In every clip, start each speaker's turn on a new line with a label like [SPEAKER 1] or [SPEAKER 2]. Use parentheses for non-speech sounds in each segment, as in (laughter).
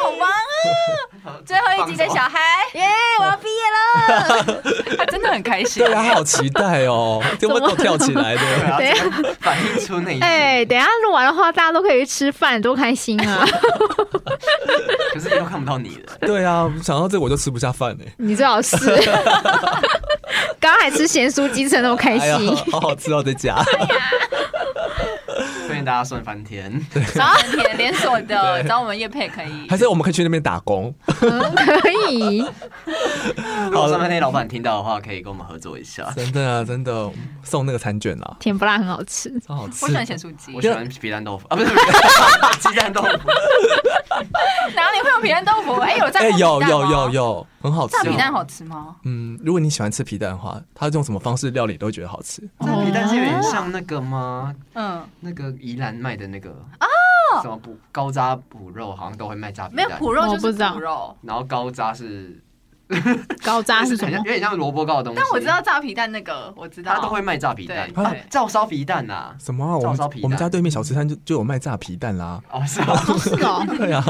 [SPEAKER 1] 好忙
[SPEAKER 2] (laughs)
[SPEAKER 1] 啊！最后一集的小孩，耶！我要毕业 (laughs) 了，他真的很开心
[SPEAKER 2] (laughs) 对。啊，好期待哦，怎么都跳起来
[SPEAKER 3] (laughs)
[SPEAKER 2] 的？
[SPEAKER 3] 对
[SPEAKER 4] 等一下
[SPEAKER 3] 啊，反映出那一面，
[SPEAKER 4] 哎、等一下录完的话，大家都可以去吃饭，多开心啊！
[SPEAKER 3] 可是又看不到你了。
[SPEAKER 2] 对啊，想到这我就吃不下饭哎。
[SPEAKER 4] 你最好 (laughs) 是，刚刚还吃咸酥鸡，吃的那么开
[SPEAKER 2] 哎呀
[SPEAKER 4] 心。，
[SPEAKER 2] 好好吃哦，在家。
[SPEAKER 3] 推荐大家算翻天，
[SPEAKER 5] (laughs)
[SPEAKER 1] 然后连连锁的找我们叶佩可以
[SPEAKER 2] 还。是我们可以去那边打工？
[SPEAKER 4] 嗯，可以。
[SPEAKER 3] 如果算翻天老板听到的话，可以跟我们合作一下。
[SPEAKER 2] 真的啊，真的送那个餐卷啦，
[SPEAKER 4] 甜不辣很好吃，
[SPEAKER 2] 超好吃
[SPEAKER 1] 我喜。欢咸酥鸡
[SPEAKER 3] 我，喜欢皮蛋豆腐啊，不是不是鸡蛋
[SPEAKER 5] (laughs)
[SPEAKER 3] 豆腐，
[SPEAKER 1] 哪里会有皮蛋豆腐？哎、有炸
[SPEAKER 2] 哎，
[SPEAKER 1] 过皮蛋
[SPEAKER 2] 有
[SPEAKER 1] 吗
[SPEAKER 2] 有有，有，很好吃哦
[SPEAKER 1] 炸。皮
[SPEAKER 3] 有
[SPEAKER 1] 蛋好吃吗？
[SPEAKER 2] 嗯，如果你喜欢吃皮蛋的话，它用什么方式料理都会觉得好吃。
[SPEAKER 1] 哦
[SPEAKER 3] 那皮蛋是有点像那个吗？
[SPEAKER 1] 嗯，
[SPEAKER 3] 那个宜兰卖的那个
[SPEAKER 1] 哦
[SPEAKER 3] 什么补高渣补肉，好像都会卖炸皮
[SPEAKER 1] 没有
[SPEAKER 3] 蛋，
[SPEAKER 1] 脯肉
[SPEAKER 4] 我
[SPEAKER 1] 就
[SPEAKER 4] 不
[SPEAKER 1] 是
[SPEAKER 4] 知道
[SPEAKER 1] 脯肉，
[SPEAKER 3] 然后高渣是
[SPEAKER 4] 高渣是什
[SPEAKER 3] 很像
[SPEAKER 4] 么
[SPEAKER 3] 有？点像萝卜糕的东西，
[SPEAKER 1] 但我知道炸皮蛋那个，我知道。
[SPEAKER 3] 他都会卖炸皮蛋，
[SPEAKER 1] 对
[SPEAKER 3] 啊
[SPEAKER 1] 对
[SPEAKER 3] 照烧皮蛋呐。
[SPEAKER 2] 什么啊？我
[SPEAKER 3] 照烧
[SPEAKER 2] 们
[SPEAKER 3] 皮蛋
[SPEAKER 2] 我们家对面小吃摊就就有卖炸皮蛋啦。
[SPEAKER 3] 哦，是
[SPEAKER 1] (laughs)
[SPEAKER 3] 啊，
[SPEAKER 4] 是哦，
[SPEAKER 2] 对啊，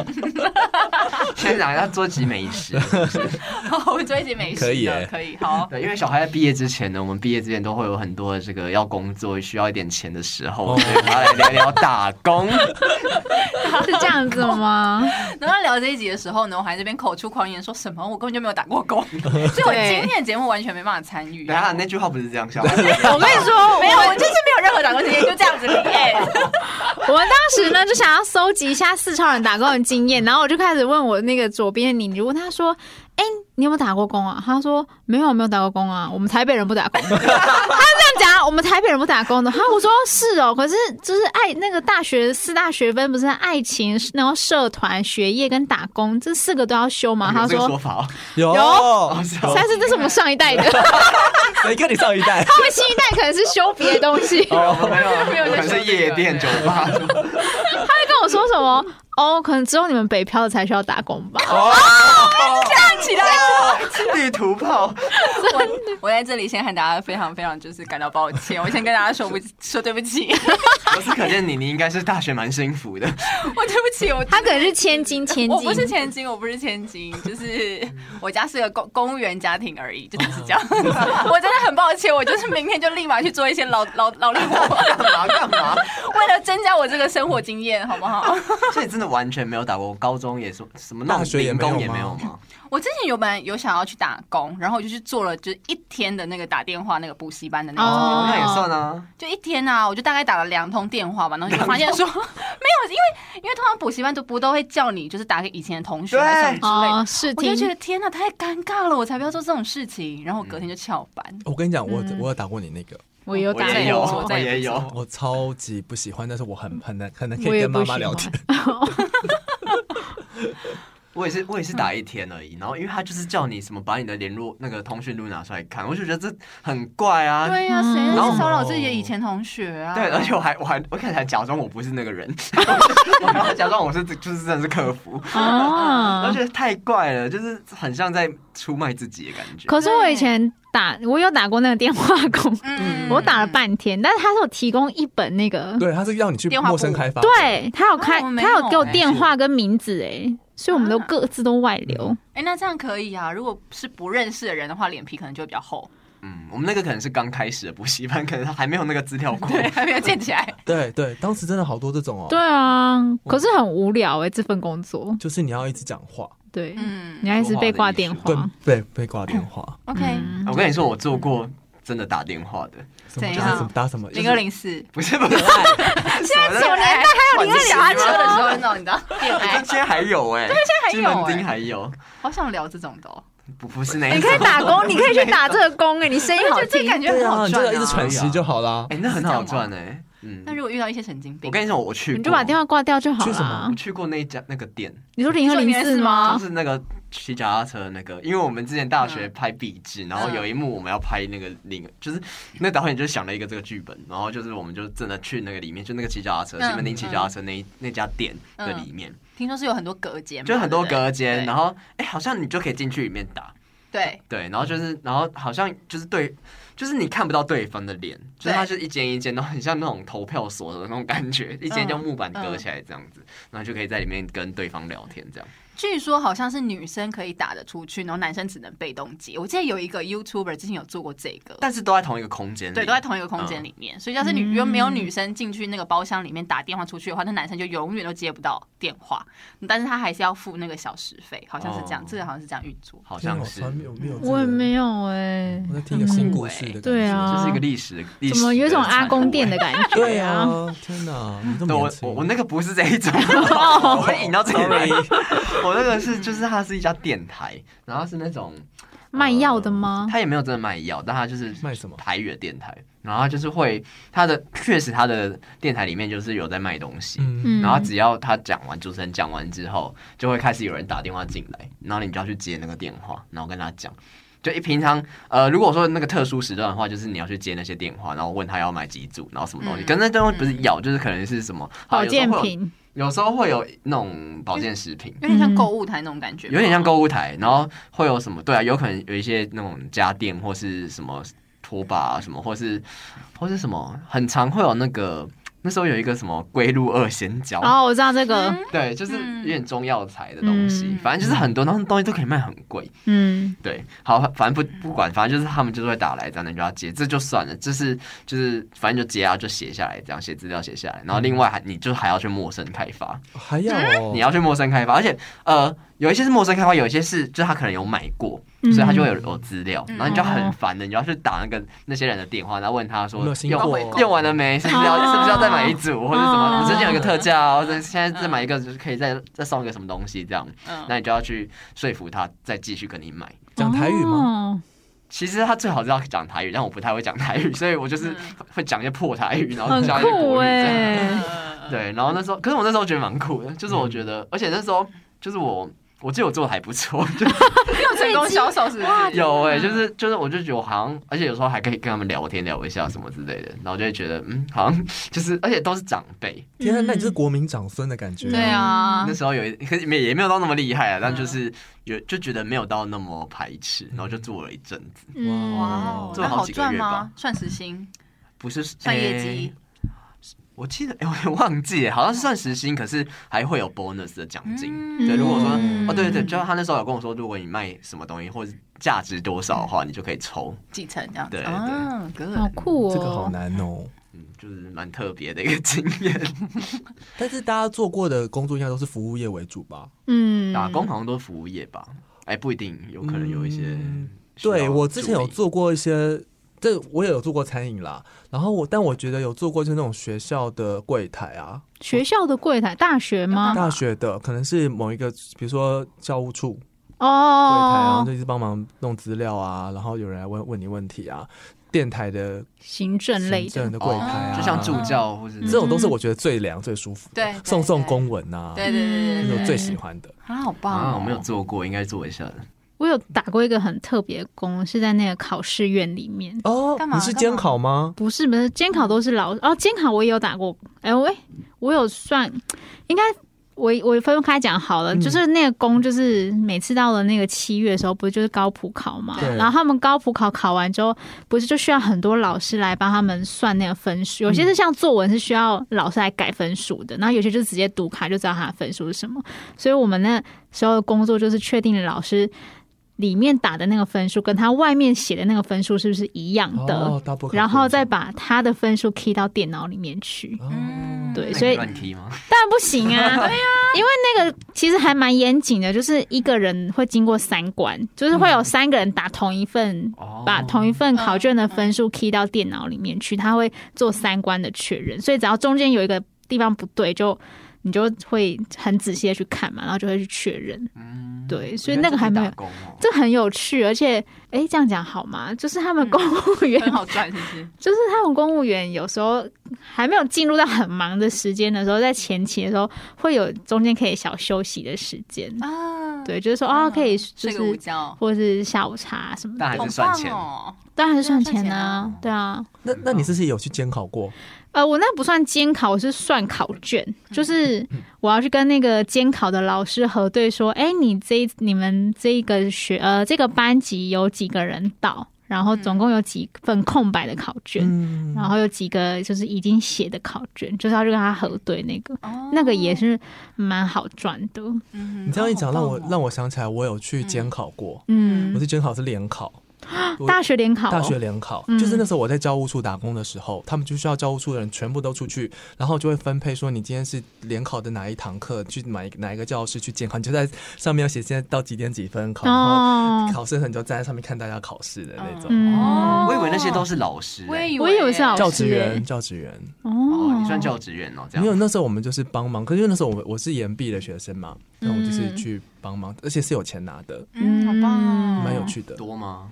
[SPEAKER 3] 先讲一下做集美食。
[SPEAKER 1] (laughs) 我追求美食的，
[SPEAKER 2] 可以耶
[SPEAKER 1] 可以，好。
[SPEAKER 3] 对，因为小孩在毕业之前呢，我们毕业之前都会有很多的这个要工作需要一点钱的时候，
[SPEAKER 2] 哦
[SPEAKER 3] 所以我们要来聊聊打
[SPEAKER 4] (laughs)
[SPEAKER 3] 工。
[SPEAKER 4] 是这样子吗？
[SPEAKER 1] 然后聊这一集的时候呢，我还在那边口出狂言，说什么我根本就没有打过 (laughs) 工，所以我今天的节目完全没办法参与。
[SPEAKER 3] 等一下那句话不是这样
[SPEAKER 4] (laughs)
[SPEAKER 3] 笑，
[SPEAKER 4] (laughs) 我跟你说，
[SPEAKER 1] 没有，我就是没有任何打工经验，就这样子。 (laughs) 哎、
[SPEAKER 4] 我们当时呢就想要搜集一下四超人打工的经验，然后我就开始问我那个左边的你，你就问他说：“哎、你有没有打过工啊？”他说：“没有，没有打过工啊，我们台北人不打工。”他这样讲，我们台北人不打工的。哈，我说是哦，可是就是爱那个大学四大学分不是爱情，然后社团、学业跟打工这四个都要修吗？他
[SPEAKER 3] 有这个
[SPEAKER 4] 说
[SPEAKER 3] 说法
[SPEAKER 1] (laughs)
[SPEAKER 3] 哦，
[SPEAKER 2] 有
[SPEAKER 3] 哦是啊
[SPEAKER 4] 但是这是我们上
[SPEAKER 3] (laughs)
[SPEAKER 4] 一代的，
[SPEAKER 2] 谁跟你上一代？
[SPEAKER 4] 他们新一代可能是修别
[SPEAKER 3] (laughs)
[SPEAKER 4] 的东西。
[SPEAKER 3] 没有没有，
[SPEAKER 1] 哦没有
[SPEAKER 3] 可
[SPEAKER 1] 在
[SPEAKER 3] 能是
[SPEAKER 1] 说这个
[SPEAKER 3] 夜店酒吧。
[SPEAKER 4] 他跟我说什么？哦，可能只有你们北漂的才需要打工吧。
[SPEAKER 1] 站起来！
[SPEAKER 3] 地图炮，
[SPEAKER 1] 我我在这里先和大家非常非常就是感到抱歉，我先跟大家说不说对不起， (laughs)
[SPEAKER 3] 由此可见你你应该是大学蛮幸福的。 (laughs)
[SPEAKER 1] 我对不起，我
[SPEAKER 4] 他可能是千金，千金。
[SPEAKER 1] 我不是千金，我不是千金，就是我家是个公公务员家庭而已，就只是这 (laughs) 样。我真的很抱歉，我就是明天就立马去做一些劳劳劳力活， (laughs)
[SPEAKER 3] 干嘛干嘛？
[SPEAKER 1] 为了增加我这个生活经验，好不好？
[SPEAKER 3] 所以真的完全没有打过，高中也是什么那种
[SPEAKER 2] 大学也
[SPEAKER 3] 零
[SPEAKER 2] 没有
[SPEAKER 3] 工也
[SPEAKER 2] 吗
[SPEAKER 3] 没有吗？
[SPEAKER 1] 我之前有本来有想要去打工，然后我就去做了，就是一天的那个打电话那个补习班的那个，
[SPEAKER 4] 哦
[SPEAKER 3] 那也算啊。
[SPEAKER 1] 就一天啊，我就大概打了两通电话吧，然后就发现说没有，因为因为通常补习班都不都会叫你就是打给以前的同学
[SPEAKER 3] 对
[SPEAKER 1] 还是什么之类的。
[SPEAKER 4] 哦，是
[SPEAKER 1] 我就
[SPEAKER 4] 听
[SPEAKER 1] 觉得天哪，太尴尬了，我才不要做这种事情。然后我隔
[SPEAKER 4] 嗯
[SPEAKER 1] 天就翘班，
[SPEAKER 2] 我跟你讲，我我有打过你那个，
[SPEAKER 4] 我有
[SPEAKER 3] 我
[SPEAKER 4] 打
[SPEAKER 1] 工
[SPEAKER 3] 也有，
[SPEAKER 1] 我
[SPEAKER 3] 我
[SPEAKER 1] 再也
[SPEAKER 3] 也
[SPEAKER 1] 不
[SPEAKER 3] 有。
[SPEAKER 2] 我超级不喜欢，但是我很很难很难可
[SPEAKER 4] 我
[SPEAKER 2] 以
[SPEAKER 4] 也
[SPEAKER 2] 跟
[SPEAKER 4] 不
[SPEAKER 2] 妈
[SPEAKER 4] 喜
[SPEAKER 2] 妈
[SPEAKER 4] 欢。
[SPEAKER 2] 聊天。
[SPEAKER 3] 我也是，我也是打一天而已。然后因为他就是叫你什么把你的联络那个通讯录拿出来看，我就觉得这很怪啊。
[SPEAKER 1] 对呀、啊，谁
[SPEAKER 4] 嗯
[SPEAKER 1] 要去骚扰自己的以前同学啊？
[SPEAKER 3] 对而 (laughs) 且我还我还我看起来假装我不是那个人， (laughs) 我还假装我是就是真的是客服，我
[SPEAKER 4] 哦
[SPEAKER 3] 觉。得太怪了，就是很像在出卖自己的感觉。
[SPEAKER 4] 可是我以前打，我有打过那个电话工，
[SPEAKER 1] 嗯
[SPEAKER 4] 我打了半天，但是他是有提供一本那个，
[SPEAKER 2] 对，他啊是要你去
[SPEAKER 1] 电话簿
[SPEAKER 2] 陌生开发。，
[SPEAKER 4] 对他有开
[SPEAKER 1] 啊我，没有
[SPEAKER 4] 他有哦给我
[SPEAKER 1] 哎
[SPEAKER 4] 电话跟名字哎，所以我们都
[SPEAKER 1] 啊
[SPEAKER 4] 各自都外
[SPEAKER 2] 嗯
[SPEAKER 4] 流。
[SPEAKER 1] 哎、那这样可以啊。如果是不认识的人的话，脸皮可能就会比较厚，
[SPEAKER 3] 嗯，我们那个可能是刚开始的补习班，可能他还没有那个资料库。
[SPEAKER 1] 对，还没有建起来。
[SPEAKER 2] 对对，当时真的好多这种哦。
[SPEAKER 4] 对，啊，可是很无聊哎，这份工作，
[SPEAKER 2] 就是你要一直讲话，
[SPEAKER 4] 对，
[SPEAKER 1] 嗯
[SPEAKER 4] 你还一直被挂电
[SPEAKER 2] 对
[SPEAKER 4] 话，
[SPEAKER 2] 对，被挂电
[SPEAKER 1] (coughs)
[SPEAKER 2] 话，
[SPEAKER 1] ，OK，
[SPEAKER 4] 嗯
[SPEAKER 3] 我跟你说，我做过真的打电话的，
[SPEAKER 2] 什么
[SPEAKER 1] 怎
[SPEAKER 2] 打什
[SPEAKER 1] 样
[SPEAKER 2] 么打什么，
[SPEAKER 1] 零二零四。
[SPEAKER 3] 不是不是，现 (laughs)
[SPEAKER 1] (laughs)
[SPEAKER 3] 在
[SPEAKER 1] 九年代还有零二零
[SPEAKER 3] 玩
[SPEAKER 1] 搭
[SPEAKER 3] 具
[SPEAKER 1] 车的时候，那种你 (laughs) 知道恋爱
[SPEAKER 3] 现，在还有哎、
[SPEAKER 1] 现
[SPEAKER 3] 西
[SPEAKER 1] 在还有
[SPEAKER 3] 门
[SPEAKER 1] 哎
[SPEAKER 3] 町还有，
[SPEAKER 1] 好想聊这种的、哦。
[SPEAKER 3] 不不是那一
[SPEAKER 4] 你
[SPEAKER 3] 种
[SPEAKER 4] 可以打工，你可以去打这个工哎，你声音
[SPEAKER 1] 我
[SPEAKER 4] 好
[SPEAKER 1] 觉得这
[SPEAKER 4] 听。
[SPEAKER 1] 感觉
[SPEAKER 2] 对
[SPEAKER 1] 很
[SPEAKER 2] 啊，
[SPEAKER 1] 好
[SPEAKER 2] 你就
[SPEAKER 1] 赚、
[SPEAKER 2] 一直喘息就好啦。
[SPEAKER 3] 哎、那很好赚哎、嗯，
[SPEAKER 1] 那如果遇到一些神经病，
[SPEAKER 3] 我跟你讲，我去过，
[SPEAKER 4] 你就把电话挂掉就好
[SPEAKER 2] 去什么
[SPEAKER 4] 了
[SPEAKER 3] 我。去过那一家那个店，
[SPEAKER 4] 你说零二零四吗
[SPEAKER 3] 就？是那个骑脚踏车的那个，因为我们之前大学拍壁纸，然后有一幕我们要拍那个领，就是那导演就想了一个这个剧本，然后就是我们就真的去那个里面，就那个骑脚踏车，
[SPEAKER 1] 嗯
[SPEAKER 3] 西门町骑脚踏车那一那家店的里面，
[SPEAKER 1] 听说是有很多隔间嘛，
[SPEAKER 3] 就很多
[SPEAKER 1] 对不对
[SPEAKER 3] 隔间，
[SPEAKER 1] 对
[SPEAKER 3] 然后哎、好像你就可以进去里面打，
[SPEAKER 1] 对，
[SPEAKER 3] 对，然后就是，然后好像就是对，就是你看不到对方的脸，就是它就是一间一间，然后很像那种投票所的那种感觉，一间叫木板隔起来这样子，然后就可以在里面跟对方聊天这样。
[SPEAKER 1] 据说好像是女生可以打得出去，然后男生只能被动接。我记得有一个 YouTuber 之前有做过这个，
[SPEAKER 3] 但是都在同一个空间里，
[SPEAKER 1] 对，都在同一个空间里面，所以要是女
[SPEAKER 4] 嗯
[SPEAKER 1] 如果没有女生进去那个包厢里面打电话出去的话，那男生就永远都接不到电话，但是他还是要付那个小时费，好像是这样，
[SPEAKER 3] 哦
[SPEAKER 1] 这个好像是这样运作。
[SPEAKER 3] 好
[SPEAKER 2] 好
[SPEAKER 3] 像是，
[SPEAKER 2] 没有没有，
[SPEAKER 4] 我也没有哎，
[SPEAKER 2] 我在听一个新故事
[SPEAKER 1] 嗯
[SPEAKER 2] 的感觉。
[SPEAKER 4] 对啊
[SPEAKER 3] 就是一个历史，历史
[SPEAKER 4] 怎么有一种阿公店的感觉？
[SPEAKER 2] 对啊，，天哪，你这
[SPEAKER 3] 哎对
[SPEAKER 2] 么
[SPEAKER 3] 我
[SPEAKER 2] 年轻
[SPEAKER 3] 我我那个不是这一
[SPEAKER 4] (laughs)
[SPEAKER 3] 种， (laughs) 我
[SPEAKER 4] 哦
[SPEAKER 3] 被引到这里来
[SPEAKER 2] Sorry。
[SPEAKER 3] (laughs) 我那个是就是它是一家电台，然后它是那种
[SPEAKER 4] 卖药的吗
[SPEAKER 3] 呃？它也没有真的卖药，但它就是
[SPEAKER 2] 卖什么
[SPEAKER 3] 台语的电台，然后它就是会它的确实它的电台里面就是有在卖东西。
[SPEAKER 2] 嗯，
[SPEAKER 4] 嗯
[SPEAKER 3] 然后只要他讲完，主持人讲完之后，就会开始有人打电话进来，然后你就要去接那个电话，然后跟他讲。就一平常，呃，如果说那个特殊时段的话，就是你要去接那些电话，然后问他要买几组，然后什么东西。
[SPEAKER 1] 嗯
[SPEAKER 3] 可是那东西不是药，就是可能是什么
[SPEAKER 4] 保健，品，
[SPEAKER 3] 好有时候会有有时候会有那种保健食品，
[SPEAKER 1] 有点像购物台那种感觉，
[SPEAKER 3] 有
[SPEAKER 4] 哦
[SPEAKER 3] 点像。购物台，然后会有什么？对啊，有可能有一些那种家电或是什么拖把啊，什么，或是或是什么，很常会有那个那时候有一个什么龟鹿二仙胶，
[SPEAKER 4] 哦，我知道这个，
[SPEAKER 3] 对，就是
[SPEAKER 1] 嗯
[SPEAKER 3] 有点中药材的东西，
[SPEAKER 4] 嗯
[SPEAKER 3] 反正就是很多，然后东西都可以卖很贵。
[SPEAKER 4] 嗯，
[SPEAKER 3] 对，好，反正不不管，反正就是他们就是会打来，这样你就要接，这就算了，这是就是反正就接啊，就写下来，这样写资料写下来，然后另外还你就还要去陌生开发，
[SPEAKER 2] 还要哦
[SPEAKER 3] 你要去陌生开发，而且呃有一些是陌生开发，有一些是就是他可能有买过，所以他就会有有资料，然后你就很烦的，你就要去打那个那些人的电话，然后问他说
[SPEAKER 2] 有没有新
[SPEAKER 3] 用
[SPEAKER 2] 货
[SPEAKER 1] 回
[SPEAKER 3] (laughs)
[SPEAKER 1] 购
[SPEAKER 3] 用完了没？是不是要、
[SPEAKER 4] 哦
[SPEAKER 3] 是不是要再买一组，或者什么？
[SPEAKER 4] 哦
[SPEAKER 3] 我最近有一个特价哦，或者现在再买一个，就是可以再再送一个什么东西这样。
[SPEAKER 1] 嗯，
[SPEAKER 3] 那你就要去说服他再继续跟你买。
[SPEAKER 2] 讲台语吗？
[SPEAKER 4] 吗？
[SPEAKER 3] 其实他最好是要讲台语，但我不太会讲台语，所以我就是会讲一些破台语，然后
[SPEAKER 4] 嗯很
[SPEAKER 3] 讲一些
[SPEAKER 4] 酷嗯
[SPEAKER 3] 国语这样。
[SPEAKER 4] 哎，
[SPEAKER 1] 呃，
[SPEAKER 3] 对，然后那时候，可是我那时候觉得蛮酷的，就是我觉得，而且那时候就是我。我记得我做的还不
[SPEAKER 4] (laughs)
[SPEAKER 3] 错，就
[SPEAKER 1] 又 (laughs) 成功销售是不是？
[SPEAKER 3] 有哎、就是就是，我就觉得我好像，而且有时候还可以跟他们聊天聊一下什么之类的，然后就会觉得，嗯，好像就是，而且都是长辈，
[SPEAKER 2] 天啊，那你是国民长孙的感觉。
[SPEAKER 1] 对啊
[SPEAKER 3] 嗯
[SPEAKER 1] 嗯
[SPEAKER 3] 那，时候有一， (laughs) 可是没也没有到那么厉害啊，但就是有就觉得没有到那么排斥，然后就做了一阵子，
[SPEAKER 4] 嗯，
[SPEAKER 1] 哇哦，
[SPEAKER 3] 做
[SPEAKER 1] 那
[SPEAKER 3] 了好
[SPEAKER 1] 好
[SPEAKER 3] 几个月吧
[SPEAKER 1] 赚吗？算时薪，
[SPEAKER 3] 不是
[SPEAKER 1] 算业绩。
[SPEAKER 3] 诶我记得，哎、我有点忘记，好像是算时薪，可是还会有 bonus 的奖金。
[SPEAKER 1] 嗯
[SPEAKER 3] 对，如果说
[SPEAKER 4] 嗯
[SPEAKER 3] 哦，对对对，就是他那时候有跟我说，如果你卖什么东西或者价值多少的话，你就可以抽，
[SPEAKER 1] 继承这样子，
[SPEAKER 3] 对对
[SPEAKER 1] 嗯，哥，
[SPEAKER 4] 好酷哦，
[SPEAKER 2] 这个好难哦。
[SPEAKER 3] 嗯，就是蛮特别的一个经
[SPEAKER 1] (laughs)
[SPEAKER 3] 验。
[SPEAKER 1] 嗯
[SPEAKER 2] 但是大家做过的工作应该都是服务业为主吧？
[SPEAKER 4] 嗯，
[SPEAKER 3] 打工好像都是服务业吧？哎、不一定，有可能有一些
[SPEAKER 2] 嗯
[SPEAKER 3] 需要助力。
[SPEAKER 2] 对我之前有做过一些，这我也有做过餐饮啦。然后我，但我觉得有做过就是那种学校的柜台啊，
[SPEAKER 4] 学校的柜台，大学吗？
[SPEAKER 2] 大学的可能是某一个，比如说教务处柜台，啊然后
[SPEAKER 4] 哦，
[SPEAKER 2] 就一直帮忙弄资料啊，然后有人来问问你问题啊，电台的
[SPEAKER 4] 行政类
[SPEAKER 2] 行
[SPEAKER 4] 的
[SPEAKER 2] 政，的柜台
[SPEAKER 3] 哦
[SPEAKER 2] 啊，
[SPEAKER 3] 就像助教或者
[SPEAKER 4] 嗯
[SPEAKER 2] 这种都是我觉得最凉最舒服的，
[SPEAKER 1] 对对
[SPEAKER 2] 送送
[SPEAKER 1] 对
[SPEAKER 2] 公文啊，
[SPEAKER 1] 对对对
[SPEAKER 2] 这
[SPEAKER 1] 对
[SPEAKER 2] 是
[SPEAKER 1] 对
[SPEAKER 2] 我
[SPEAKER 1] 对，
[SPEAKER 2] 最喜欢的。
[SPEAKER 1] 啊，好棒
[SPEAKER 3] 啊，
[SPEAKER 1] 哦！
[SPEAKER 3] 我没有做过，应该做一下的。
[SPEAKER 4] 我有打过一个很特别的工，是在那个考试院里面。
[SPEAKER 2] 哦
[SPEAKER 1] 干，嘛
[SPEAKER 2] 你是监考吗？
[SPEAKER 4] 不是不是，监考都是老哦，监考我也有打过，哎、喂，我有算，应该我我分开讲好了，
[SPEAKER 2] 嗯
[SPEAKER 4] 就是那个工，就是每次到了那个七月的时候，不是就是高普考嘛
[SPEAKER 2] 对，
[SPEAKER 4] 然后他们高普考考完之后，不是就需要很多老师来帮他们算那个分
[SPEAKER 2] 嗯
[SPEAKER 4] 数，有些是像作文是需要老师来改分数的，然后有些就直接读卡就知道他的分数是什么，所以我们那时候的工作就是确定老师。里面打的那个分数跟他外面写的那个分数是不是一样的？
[SPEAKER 2] 哦，double
[SPEAKER 4] 嗯然后
[SPEAKER 2] confirm
[SPEAKER 4] 再把他的分数 key 到电脑里面去。
[SPEAKER 2] 哦
[SPEAKER 1] 嗯，
[SPEAKER 4] 对
[SPEAKER 3] 那
[SPEAKER 4] 所以
[SPEAKER 3] 你乱踢吗？
[SPEAKER 4] (laughs) 当然不行啊， (laughs) 对呀、因为那个其实还蛮严谨的，就是一个人会经过三关，就是会有三个人打同一份。
[SPEAKER 3] 哦，
[SPEAKER 4] 把同一份考卷的分数 key 到电脑里面去，他会做三关的确认，所以只要中间有一个地方不对，就你就会很仔细的去看嘛，然后就会去确认。
[SPEAKER 3] 嗯
[SPEAKER 4] 对，所以那个还没
[SPEAKER 3] 打，
[SPEAKER 4] 有
[SPEAKER 3] 工哦。
[SPEAKER 4] 这很有趣，而且哎，诶这样讲好吗？就是他们公务员
[SPEAKER 1] 很好赚，是不是？
[SPEAKER 4] 就是他们公务员有时候还没有进入到很忙的时间的时候，在前期的时候会有中间可以小休息的时间，
[SPEAKER 1] 啊，
[SPEAKER 4] 对，就是说啊、哦，可以就
[SPEAKER 1] 睡个午
[SPEAKER 4] 是
[SPEAKER 1] 觉，
[SPEAKER 4] 或者是下午茶什么
[SPEAKER 3] 但
[SPEAKER 4] 的，
[SPEAKER 3] 还
[SPEAKER 1] 好
[SPEAKER 3] 是算
[SPEAKER 1] 棒
[SPEAKER 3] 钱，
[SPEAKER 1] 哦！
[SPEAKER 4] 当然是算
[SPEAKER 1] 对啊
[SPEAKER 4] 钱
[SPEAKER 3] 算
[SPEAKER 4] 啊
[SPEAKER 3] 钱啊，
[SPEAKER 4] 对啊。
[SPEAKER 2] 那那你是不是有去监考过？
[SPEAKER 4] 呃，我那不算监考，我是算考卷，
[SPEAKER 1] 嗯
[SPEAKER 4] 就是我要去跟那个监考的老师核对，说，哎、你这一你们这个学呃这个班级有几个人到，然后
[SPEAKER 1] 嗯
[SPEAKER 4] 总共有几份空白的考卷，
[SPEAKER 2] 嗯，
[SPEAKER 4] 然后有几个就是已经写的考卷，就是要去跟他核对那个，
[SPEAKER 1] 哦
[SPEAKER 4] 那个也，是蛮好赚的。
[SPEAKER 1] 嗯哼
[SPEAKER 2] 你这样一
[SPEAKER 4] 哦
[SPEAKER 2] 讲，让我让
[SPEAKER 1] 我
[SPEAKER 2] 我想起来，我有去监考过，我
[SPEAKER 4] 嗯，
[SPEAKER 2] 是监考是联考，我
[SPEAKER 4] 大学联考、哦，
[SPEAKER 2] 大学联考，
[SPEAKER 4] 嗯
[SPEAKER 2] 就是那时候我在教务处打工的时候，他们就需要教务处的人全部都出去，然后就会分配说你今天是联考的哪一堂课，去买哪一个教室去监考，你就在上面要写现在到几点几分考，然后
[SPEAKER 4] 哦，
[SPEAKER 2] 考试很就站在上面看大家考试的那种。
[SPEAKER 4] 嗯，
[SPEAKER 3] 我以为那些都是老师欸，
[SPEAKER 1] 哦我啊也
[SPEAKER 4] 我以为是老师
[SPEAKER 2] 教职员，
[SPEAKER 4] 欸
[SPEAKER 2] 教职员，
[SPEAKER 3] 哦，
[SPEAKER 4] 哦
[SPEAKER 3] 你算教职员哦，这
[SPEAKER 2] 没有
[SPEAKER 3] 样。
[SPEAKER 2] 那时候我们就是帮忙，可是因为那时候我我是延毕的学生嘛，然后我就是
[SPEAKER 4] 嗯
[SPEAKER 2] 去帮忙，而且是有钱拿的，
[SPEAKER 1] 嗯，好棒哦，
[SPEAKER 2] 蛮有趣的，
[SPEAKER 3] 多吗？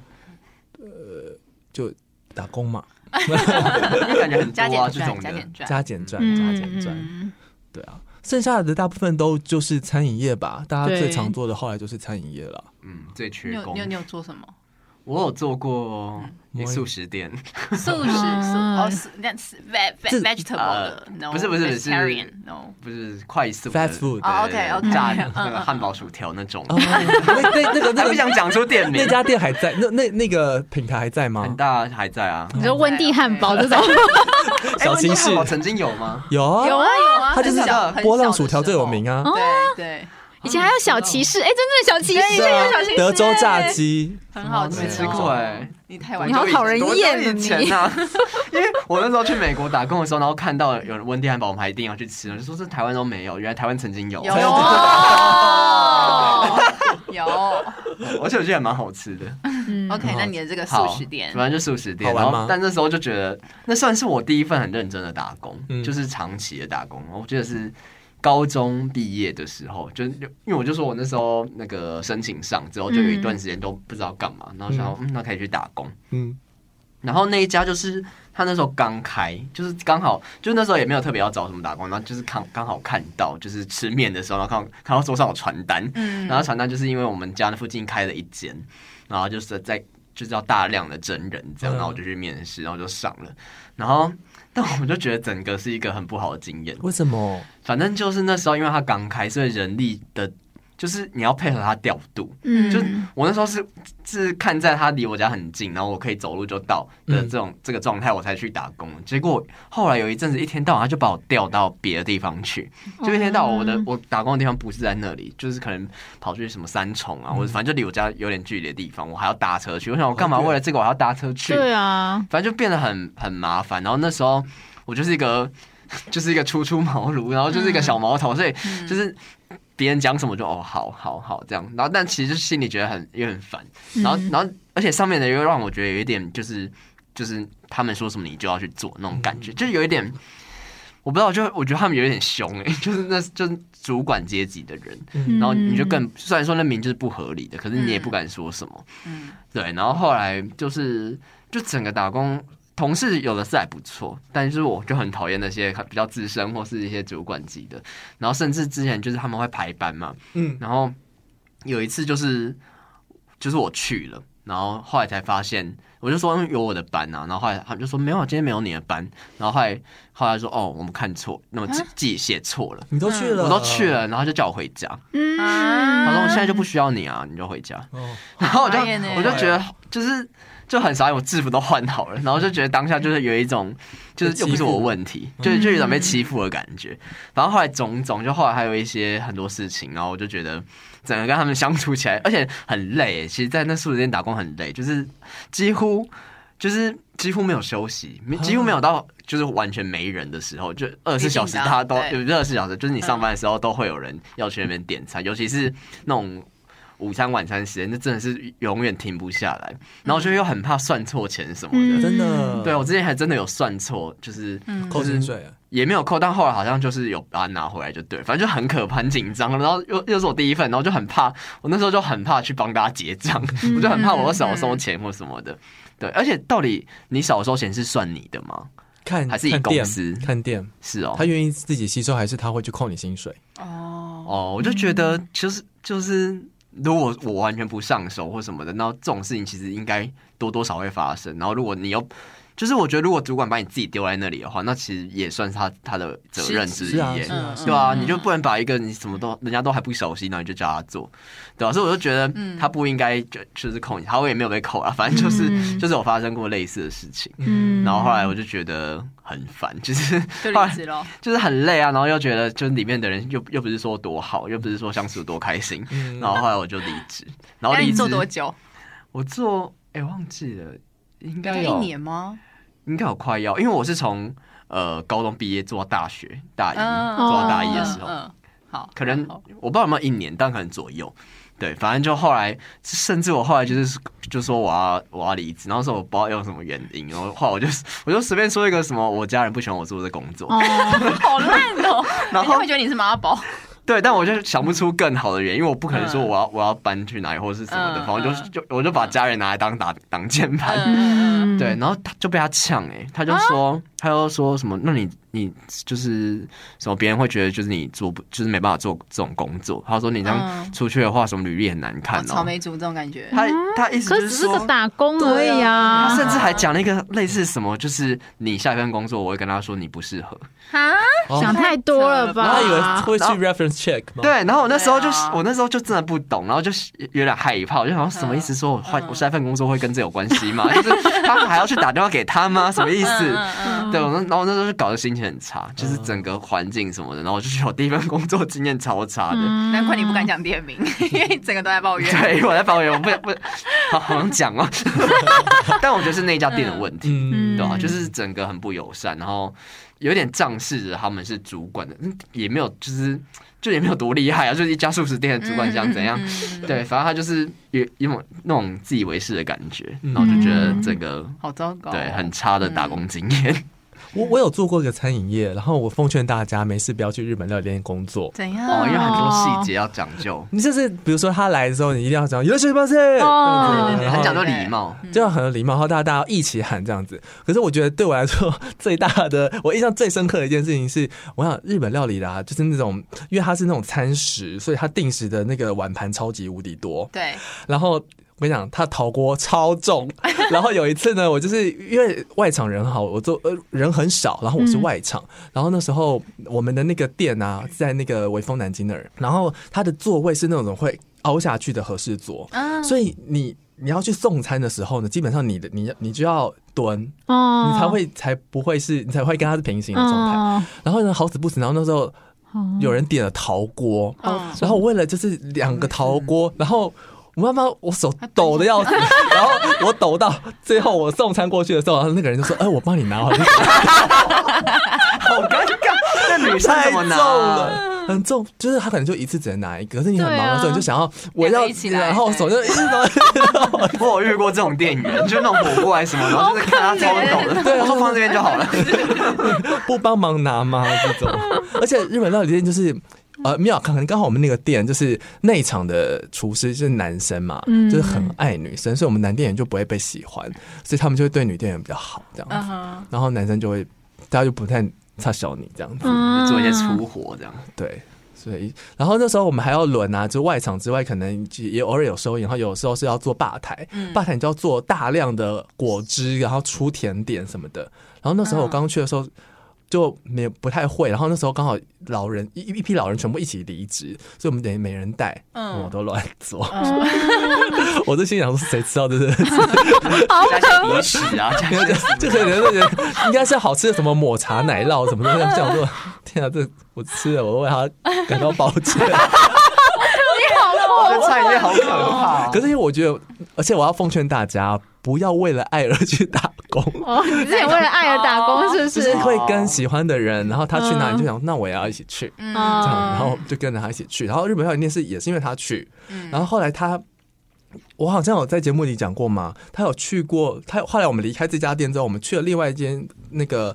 [SPEAKER 2] 就打工嘛，
[SPEAKER 3] 那感觉很多
[SPEAKER 1] 加
[SPEAKER 3] 啊，
[SPEAKER 1] 减
[SPEAKER 3] 这种
[SPEAKER 1] 赚，加
[SPEAKER 3] 的
[SPEAKER 1] 减赚，
[SPEAKER 2] 加减赚，加
[SPEAKER 4] 嗯
[SPEAKER 2] 减赚。
[SPEAKER 4] 嗯
[SPEAKER 2] 对啊，剩下的大部分都就是餐饮业吧，大家
[SPEAKER 4] 对
[SPEAKER 2] 最常做的后来就是餐饮业
[SPEAKER 3] (laughs)
[SPEAKER 2] 了。
[SPEAKER 3] 嗯，最
[SPEAKER 1] 你
[SPEAKER 3] 缺
[SPEAKER 1] 有
[SPEAKER 3] 工
[SPEAKER 1] 你。有你有做什么？
[SPEAKER 3] 我有做过
[SPEAKER 2] 嗯
[SPEAKER 3] 素食店，
[SPEAKER 1] 素食素哦，是那是 veg veg-
[SPEAKER 2] 这
[SPEAKER 1] vegetable 的
[SPEAKER 3] 呃
[SPEAKER 1] ，no，
[SPEAKER 3] 不是不是不是
[SPEAKER 1] vegetarian no，
[SPEAKER 3] 不是快速
[SPEAKER 2] Fast food
[SPEAKER 3] 哦
[SPEAKER 1] 哦，OK，OK
[SPEAKER 3] 炸
[SPEAKER 1] 嗯
[SPEAKER 3] 那个汉堡、薯条那种。
[SPEAKER 2] 哦，那那那
[SPEAKER 3] (laughs)
[SPEAKER 2] 个
[SPEAKER 3] 还
[SPEAKER 2] 那
[SPEAKER 3] 不
[SPEAKER 2] 个
[SPEAKER 3] 想讲出店名
[SPEAKER 2] 那，家店还在，那那那个品牌还在
[SPEAKER 3] 很
[SPEAKER 2] 吗？
[SPEAKER 3] 大还在啊。
[SPEAKER 4] 你说温蒂汉堡
[SPEAKER 2] 嗯
[SPEAKER 4] 这种，
[SPEAKER 2] 小心
[SPEAKER 3] 哎
[SPEAKER 2] 市
[SPEAKER 3] 温蒂汉堡曾经有吗？
[SPEAKER 2] 有啊
[SPEAKER 1] 有啊有啊，
[SPEAKER 2] 它就是
[SPEAKER 1] 很小
[SPEAKER 2] 波浪薯条最有，名
[SPEAKER 1] 很
[SPEAKER 2] 啊
[SPEAKER 3] 哦
[SPEAKER 1] 小，的时候哦对
[SPEAKER 4] (laughs) 以前还有小骑 (laughs) 士，哎、真正的小骑士，
[SPEAKER 2] 啊
[SPEAKER 1] 小心市
[SPEAKER 2] 德州炸鸡，
[SPEAKER 1] 对，很好吃哦，
[SPEAKER 3] 没吃过哎
[SPEAKER 1] 你太晚
[SPEAKER 4] 你
[SPEAKER 3] 多
[SPEAKER 4] 好
[SPEAKER 3] 久以前
[SPEAKER 4] 讨人厌啊
[SPEAKER 3] 多久以前呐、 (laughs) 因为我那时候去美国打工的时候，然后看到有人温蒂汉堡，我们还一定要去吃，我就说这台湾都没有，原来台湾曾经有，啊
[SPEAKER 1] 有哦 (laughs) 有
[SPEAKER 3] 而 (laughs) 且我觉得还蛮好吃的。
[SPEAKER 4] 嗯
[SPEAKER 1] OK，
[SPEAKER 2] 好
[SPEAKER 1] 那你的这个素
[SPEAKER 3] 好
[SPEAKER 1] 食店，
[SPEAKER 3] 反正就素食店。
[SPEAKER 2] 好玩
[SPEAKER 3] 然后
[SPEAKER 2] 吗，
[SPEAKER 3] 但那时候就觉得那算是我第一份很认真的打工，
[SPEAKER 2] 嗯
[SPEAKER 3] 就是长期的打工。我觉得是高中毕业的时候，就是因为我就说我那时候那个申请上之后，就有一段时间都不知道干嘛，然后想说嗯，那可以去打工。
[SPEAKER 2] 嗯，
[SPEAKER 3] 然后那一家就是他那时候刚开，就是刚好，就是那时候也没有特别要找什么打工，然后就是刚刚好看到，就是吃面的时候，然后看到看到桌上有传单，
[SPEAKER 1] 嗯
[SPEAKER 3] 然后传单就是因为我们家那附近开了一间，然后就是在就是要大量的真人这样，
[SPEAKER 2] 嗯
[SPEAKER 3] 然后我就去面试，然后就上了，然后但我就觉得整个是一个很不好的经验，
[SPEAKER 2] 为什么？
[SPEAKER 3] 反正就是那时候因为他刚开，所以人力的，就是你要配合他调度，
[SPEAKER 4] 嗯
[SPEAKER 3] 就我那时候是是看在他离我家很近，然后我可以走路就到的
[SPEAKER 4] 嗯
[SPEAKER 3] 这种、这个状态，我才去打工。结果后来有一阵子，一天到晚他就把我调到别的地方去，
[SPEAKER 4] 哦
[SPEAKER 3] 就一天到晚我
[SPEAKER 4] 嗯
[SPEAKER 3] 的、我打工的地方不是在那里，就是可能跑去什么三重啊，
[SPEAKER 4] 嗯
[SPEAKER 3] 或者反正就离我家有点距离的地方，我还要搭车去。我想我干嘛
[SPEAKER 2] 好远
[SPEAKER 3] 为了这个我还要搭车去？
[SPEAKER 4] 哦对啊，
[SPEAKER 3] 反正就变得很很麻烦。然后那时候我就是一个 (laughs) 就是一个初出茅庐，然后就是一
[SPEAKER 4] 嗯
[SPEAKER 3] 个小毛头，所以
[SPEAKER 1] 嗯
[SPEAKER 3] 就是别人讲什么就哦好好好这样。然后但其实就是心里觉得很也很烦。然后
[SPEAKER 4] 嗯
[SPEAKER 3] 然后而且上面的又让我觉得有一点就是就是他们说什么你就要去做那种感
[SPEAKER 4] 嗯
[SPEAKER 3] 觉，就是有一点。我不知道，就我觉得他们有点凶哎、就是那就是主管阶级的人，
[SPEAKER 2] 嗯
[SPEAKER 3] 然后你就
[SPEAKER 4] 嗯
[SPEAKER 3] 更虽然说那名就是不合理的，可是你也不敢说什么。
[SPEAKER 1] 嗯
[SPEAKER 3] 对，然后后来就是就整个打工，同事有的是还不错，但是我就很讨厌那些比较资深或是一些主管级的，然后甚至之前就是他们会排班嘛，
[SPEAKER 2] 嗯，
[SPEAKER 3] 然后有一次就是就是我去了，然后后来才发现，我就说嗯有我的班啊，然后后来他们就说没有啊，今天没有你的班，然后后来后来说哦我们看错，那么自自己写错了，
[SPEAKER 2] 你都去
[SPEAKER 3] 嗯
[SPEAKER 2] 了，
[SPEAKER 3] 我都去，了，然后就叫我回家，
[SPEAKER 4] 嗯
[SPEAKER 1] 啊
[SPEAKER 3] 他说我现在就不需要你啊，你就回家。
[SPEAKER 2] 哦，
[SPEAKER 3] 然后我就
[SPEAKER 1] 傻眼欸
[SPEAKER 3] 我就觉得就是就很傻眼，我制服都换好了，然后就觉得当下就是有一种就是又不是我问题，就就有一种被欺负的感觉。然后后来种种，就后来还有一些很多事情，然后我就觉得整个跟他们相处起来，而且很累欸。其实，在那素食店打工很累，就是几乎就是几乎没有休息，没几乎没有到。就是完全没人的时候，就二十四小时，
[SPEAKER 1] 一定的
[SPEAKER 3] 大家都
[SPEAKER 1] 对嗯
[SPEAKER 3] 有二十四小时，就是你上班的时候都会有人要去那边点餐，尤其是那种午餐、晚餐时间，那真的是永远停不下来。然后就又很怕算错钱什么的。
[SPEAKER 2] 真的，
[SPEAKER 3] 嗯对，我之前还真的有算错，就是
[SPEAKER 1] 嗯
[SPEAKER 2] 扣薪水啊，
[SPEAKER 3] 也没有扣，但后来好像就是有把它拿回来，就对，反正就很可怕、很紧张，然后又又是我第一份，然后就很怕，我那时候就很怕去帮大家结账，我就很怕我少收钱或什么的。对，而且到底你少收钱是算你的吗？
[SPEAKER 2] 看
[SPEAKER 3] 还是以
[SPEAKER 2] 看
[SPEAKER 3] 公
[SPEAKER 2] 店
[SPEAKER 3] 司
[SPEAKER 2] 看店，
[SPEAKER 3] 是哦，
[SPEAKER 2] 他愿意自己吸收，还是他会去扣你薪水？
[SPEAKER 1] 哦，
[SPEAKER 3] 哦，我就觉得
[SPEAKER 2] 嗯
[SPEAKER 3] 就是就是，如果我完全不上手或什么的，那这种事情其实应该多多少会发生。然后如果你又就是我觉得，如果主管把你自己丢在那里的话，那其实也算是他他的责任之一
[SPEAKER 2] 是啊
[SPEAKER 3] 耶
[SPEAKER 2] 是
[SPEAKER 1] 嗯
[SPEAKER 2] 啊是
[SPEAKER 3] 对啊，你就不能把一个你什么都人家都还不熟悉，然后你就叫他做，对吧、啊所以我就觉得
[SPEAKER 1] 嗯
[SPEAKER 3] 他不应该就就是扣你，他也没有被扣啊，反正就是、
[SPEAKER 4] 嗯
[SPEAKER 3] 就是有发生过类似的事情。
[SPEAKER 4] 嗯
[SPEAKER 3] 然后后来我就觉得很烦，就是
[SPEAKER 1] 就
[SPEAKER 3] 后来
[SPEAKER 1] 离职喽。
[SPEAKER 3] 就是很累啊，然后又觉得就是里面的人又又不是说多好，又不是说相处多开心，
[SPEAKER 2] 嗯
[SPEAKER 3] 然后后来我就离职，然后
[SPEAKER 1] 那
[SPEAKER 3] 离
[SPEAKER 1] 你
[SPEAKER 3] 职
[SPEAKER 1] 做多久？
[SPEAKER 3] 我做哎、忘记了，应
[SPEAKER 1] 大概
[SPEAKER 3] 该
[SPEAKER 1] 一
[SPEAKER 3] 有
[SPEAKER 1] 年吗？
[SPEAKER 3] 应该有快要，因为我是从呃高中毕业做到大学大一、
[SPEAKER 1] 嗯
[SPEAKER 3] 做到大一的时候，
[SPEAKER 1] 嗯，嗯好，
[SPEAKER 3] 可能
[SPEAKER 1] 好
[SPEAKER 3] 我不知道有没有一年，但可能左右。对，反正就后来，甚至我后来就是就说我要我要离职，然后说我不知道用什么原因，然后后来我就我就随便说一个什么，我家人不喜欢我做这工作，
[SPEAKER 4] 哦，
[SPEAKER 1] 好烂
[SPEAKER 3] (laughs)
[SPEAKER 1] 哦，
[SPEAKER 3] 然
[SPEAKER 1] 人
[SPEAKER 3] 后
[SPEAKER 1] 家会觉得你是妈宝。
[SPEAKER 3] 对，但我就想不出更好的原因，因为我不可能说我要、我要搬去哪里或者是什么的，
[SPEAKER 1] 嗯
[SPEAKER 3] 反正就就我就把家人拿来当打挡箭牌。(laughs)
[SPEAKER 1] 嗯，
[SPEAKER 2] (laughs)
[SPEAKER 1] 啊
[SPEAKER 3] 对，然后他就被他呛哎、欸，他就说，他就说什么？那你你就是什么？别人会觉得就是你做不，就是没办法做这种工作。他说你这样
[SPEAKER 1] 嗯
[SPEAKER 3] 出去的话，什么履历很难看
[SPEAKER 1] 哦
[SPEAKER 3] 哦
[SPEAKER 1] 草。莓嗯族这种感觉。
[SPEAKER 3] 他他意思
[SPEAKER 4] 可
[SPEAKER 3] 就是是
[SPEAKER 4] 只是个
[SPEAKER 3] 说，
[SPEAKER 4] 打工而已
[SPEAKER 3] 他
[SPEAKER 4] 啊
[SPEAKER 3] 甚。至还讲了一个类似什么，就是你下一份工作，我会跟他说你不适合。
[SPEAKER 6] 啊，
[SPEAKER 2] 哦
[SPEAKER 4] 想太多了吧？
[SPEAKER 2] 然后他以为会去
[SPEAKER 3] 啊然后
[SPEAKER 2] reference check 吗？
[SPEAKER 3] 对，，然后我那时候就
[SPEAKER 1] 对
[SPEAKER 3] 是、
[SPEAKER 1] 啊
[SPEAKER 3] 我那时候就真的不懂，然后就是有点害怕，我就想说什么意
[SPEAKER 1] 嗯
[SPEAKER 3] 思？说我换、我下一份工作会跟这有关系吗？ (laughs) 就是他们还要去打电话给他吗？什么意思？
[SPEAKER 1] 嗯
[SPEAKER 3] 对，我那然后我那时候就搞得心情很差，就是整个环境什么的，然后我就觉得我第一份工作经验超差的。
[SPEAKER 4] 嗯
[SPEAKER 1] 难怪你不敢讲店 (laughs) 名，因为整个都在抱
[SPEAKER 3] (laughs)
[SPEAKER 1] 怨。
[SPEAKER 3] 对，我在抱怨，我不不好好想讲哦， (laughs) 但我觉得是那家店的问题。
[SPEAKER 2] 嗯，
[SPEAKER 3] 对啊？就是整个很不友善，然后有点仗势着他们是主管的，嗯也没有就是就也没有多厉害啊，就是一家素食
[SPEAKER 1] 嗯
[SPEAKER 3] 店的主管想怎样，对，反正他就是有一种那种自以为是的感觉，
[SPEAKER 2] 嗯
[SPEAKER 3] 然后就觉得整个。
[SPEAKER 1] 好糟糕。
[SPEAKER 3] 对，很差的打工经验，
[SPEAKER 2] 我我有做过一个餐饮业，然后我奉劝大家没事不要去日本料理店工作。
[SPEAKER 1] 怎样？
[SPEAKER 3] 哦，因为很多
[SPEAKER 4] 哦
[SPEAKER 3] 细节要讲究，
[SPEAKER 2] 你就是比如说他来的时候，你一定要讲有什么事，这
[SPEAKER 4] 哦
[SPEAKER 2] 样子，
[SPEAKER 1] 对
[SPEAKER 2] 然
[SPEAKER 3] 很
[SPEAKER 2] 后
[SPEAKER 3] 讲究礼 (laughs) 貌。
[SPEAKER 2] 就要很有礼貌，然后大家大家一起喊这样子。可是我觉得对我来说 (laughs) 最大的，我印象最深刻的一件事情是，我想日本料理啦、就是那种因为它是那种餐食，所以它定时的那个碗盘超级无敌多。
[SPEAKER 1] 对，
[SPEAKER 2] 然后我跟你讲，他陶锅超
[SPEAKER 4] (laughs)
[SPEAKER 2] 重。然后有一次呢，我就是因为外场人好，我做呃人很少，然后我是外场。
[SPEAKER 4] 嗯
[SPEAKER 2] 然后那时候我们的那个店啊，在那个微风南京那儿，然后他的座位是那种会凹下去的合适座，
[SPEAKER 4] 啊
[SPEAKER 2] 所以你。你要去送餐的时候呢，基本上你的你你就要蹲，你
[SPEAKER 4] 哦，
[SPEAKER 2] 才会才不会是你才会跟他是平行的状态。
[SPEAKER 4] 哦
[SPEAKER 2] 然后呢，好死不死，然后那时候
[SPEAKER 4] 哦
[SPEAKER 2] 有人点了陶锅，
[SPEAKER 1] 嗯，
[SPEAKER 2] 然后我为了就是两个陶锅，然后我妈妈我手抖的要死， (laughs) 然后我抖到最后我送餐过去的时候，然后那个人就说：“哎，我帮你拿好了，
[SPEAKER 3] 好尴尬，那女生
[SPEAKER 2] 太
[SPEAKER 3] 怎
[SPEAKER 2] 重
[SPEAKER 3] 么拿？
[SPEAKER 2] 了，很重。”就是他可能就一次只能拿一个，可是你很忙的时候，
[SPEAKER 4] 对啊
[SPEAKER 2] 你就想要我要
[SPEAKER 1] 两个一，起来
[SPEAKER 2] 然后手就一直拿。
[SPEAKER 3] 我有遇过这种店员，就那种火锅还是什么，然后就是看他超抖 (laughs) 的，
[SPEAKER 2] 对
[SPEAKER 3] 我说放这边就好了。
[SPEAKER 2] 不帮忙拿吗？这种， (laughs) 而且日本料理店就是。呃，妙可能刚好我们那个店就是内场的厨师是男生嘛，
[SPEAKER 4] 嗯
[SPEAKER 2] 就是很爱女生，所以我们男店员就不会被喜欢，所以他们就会对女店员比较好这样
[SPEAKER 1] 嗯
[SPEAKER 2] 子，
[SPEAKER 1] 哼，
[SPEAKER 2] 然后男生就会大家就不太差小你这样子，
[SPEAKER 3] (laughs)
[SPEAKER 4] 嗯
[SPEAKER 3] 做一些粗活这样。
[SPEAKER 2] 对，所以然后那时候我们还要轮啊，就外场之外可能也偶尔有收银，然后有时候是要做吧台，
[SPEAKER 1] 嗯
[SPEAKER 2] 吧台你就要做大量的果汁，然后出甜点什么的。然后那
[SPEAKER 1] 嗯
[SPEAKER 2] 时候我刚去的时候。就没有不太会，然后那时候刚好老人一一批老人全部一起离职，所以我们等于每人带，
[SPEAKER 1] 嗯
[SPEAKER 2] 我都乱做，
[SPEAKER 1] 嗯
[SPEAKER 2] (laughs) 我就心想说谁知道这是，
[SPEAKER 3] 加些鼻屎啊，加些
[SPEAKER 2] 就是人家人应该是好吃的什么抹茶奶酪什么的，这样我说天啊，这我吃了，我为他感到抱歉。
[SPEAKER 4] 你好过
[SPEAKER 3] 的产业好可 (laughs) 怕。
[SPEAKER 2] 可是因为我觉得，而且我要奉劝大家，不要为了爱而去打工。
[SPEAKER 4] 哦，你之前为了爱而打工是不？
[SPEAKER 2] 就是是会跟喜欢的人，然后他去哪
[SPEAKER 4] 嗯
[SPEAKER 2] 你就想，那我也要一起去，
[SPEAKER 1] 嗯
[SPEAKER 2] 这样，
[SPEAKER 4] 嗯
[SPEAKER 2] 然后就跟着他一起去。然后日本料理店是也是因为他去，
[SPEAKER 1] 嗯
[SPEAKER 2] 然后后来他，我好像有在节目里讲过嘛，他有去过，他后来我们离开这家店之后，我们去了另外一间那个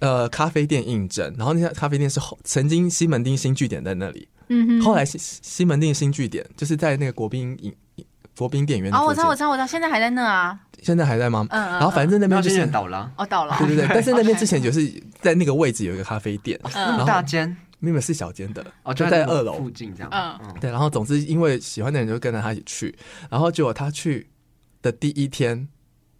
[SPEAKER 2] 呃咖啡店应征，然后那家咖啡店是后曾经西门町新据点在那里，
[SPEAKER 4] 嗯哼，
[SPEAKER 2] 后来西西门町新据点就是在那个国宾影。国宾店园的
[SPEAKER 1] 哦，我
[SPEAKER 2] 附
[SPEAKER 1] 知
[SPEAKER 2] 近
[SPEAKER 1] 道，我知道，我知道，现在还在那啊。
[SPEAKER 2] 现在还在吗？
[SPEAKER 1] 嗯嗯
[SPEAKER 2] 然后反正那边
[SPEAKER 3] 那
[SPEAKER 2] 就
[SPEAKER 3] 就是是倒了，
[SPEAKER 1] 哦，到了。
[SPEAKER 2] 对对对，但是那边
[SPEAKER 1] OK
[SPEAKER 2] 之前就是在那个位置有一个咖啡店，
[SPEAKER 1] 嗯
[SPEAKER 3] 那么
[SPEAKER 2] 然
[SPEAKER 3] 大
[SPEAKER 2] 后
[SPEAKER 3] 间
[SPEAKER 2] 明明是小间的，
[SPEAKER 3] 哦，
[SPEAKER 2] 就
[SPEAKER 3] 在
[SPEAKER 2] 在二楼
[SPEAKER 3] 附，近这样。
[SPEAKER 1] 嗯
[SPEAKER 3] 嗯， (laughs)
[SPEAKER 2] 对，然后总之因为喜欢的人就跟着他一起去，然后结果他去的第一天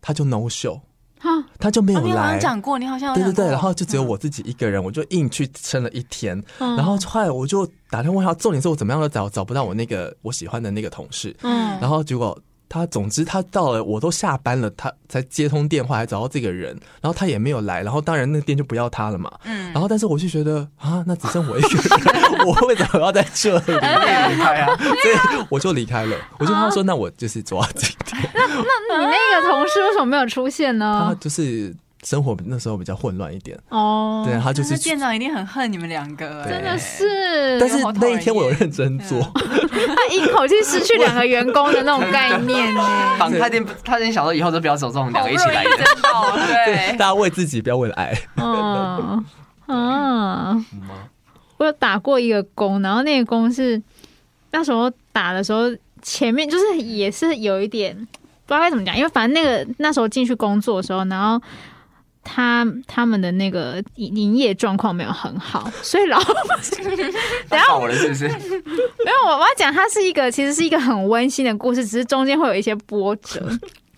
[SPEAKER 2] 他就 no show，
[SPEAKER 4] 哈
[SPEAKER 2] 他就没
[SPEAKER 1] 哦
[SPEAKER 2] 有
[SPEAKER 1] 你好
[SPEAKER 2] 来
[SPEAKER 1] 像，讲过，你好像有
[SPEAKER 2] 对对
[SPEAKER 1] 讲
[SPEAKER 2] 对，
[SPEAKER 1] 过
[SPEAKER 2] 然后就只有我自己一个人，我就硬去撑了一天，
[SPEAKER 4] 嗯
[SPEAKER 2] 然后后来我就打电话问他，重点是我怎么样都找找不到我那个我喜欢的那个同事，
[SPEAKER 4] 嗯
[SPEAKER 2] 然后结果他，总之他到了，我都下班了，他才接通电话，还找到这个人，然后他也没有来，然后当然那个店就不要他了嘛。
[SPEAKER 1] 嗯
[SPEAKER 2] 然后但是我就觉得啊，那只剩我一个人， (laughs) 我为什么要在这里？ (laughs)
[SPEAKER 3] 离开啊！
[SPEAKER 2] 所以我就离开了。我就跟
[SPEAKER 1] 啊
[SPEAKER 2] 他说，那我就是走到这里。
[SPEAKER 4] 那你那个同事为什么没有出现
[SPEAKER 2] 他
[SPEAKER 1] 啊
[SPEAKER 4] 呢？
[SPEAKER 2] 就是生活那时候比较混乱一点，
[SPEAKER 4] 哦，
[SPEAKER 2] 对，啊他就
[SPEAKER 1] 但
[SPEAKER 2] 是
[SPEAKER 1] 是。店长一定很恨你们两个，
[SPEAKER 2] 对
[SPEAKER 1] 哎
[SPEAKER 4] 真的。是，
[SPEAKER 2] 但是那一天我有认真做，
[SPEAKER 1] 嗯
[SPEAKER 4] 他一口气失去两个员工的那种概念
[SPEAKER 2] (laughs)
[SPEAKER 4] 呢。
[SPEAKER 3] (laughs) 反开店，他店想说以后都不要走这种两个一起来的，
[SPEAKER 1] 哦，对
[SPEAKER 2] 大，家为自己，不要为了爱。
[SPEAKER 4] 嗯嗯，我有打过一个工，然后那个工是那时候打的时候，前面就是也是有一点不知道该怎么讲，因为反正那个那时候进去工作的时候，然后。他他们的那个营营业状况没有很好，所以老
[SPEAKER 3] 他爆了是不
[SPEAKER 1] (laughs)
[SPEAKER 3] 是？
[SPEAKER 4] 没有，我我要讲，它是一个其实是一个很温馨的故事，只是中间会有一些波
[SPEAKER 2] (laughs)
[SPEAKER 4] 折。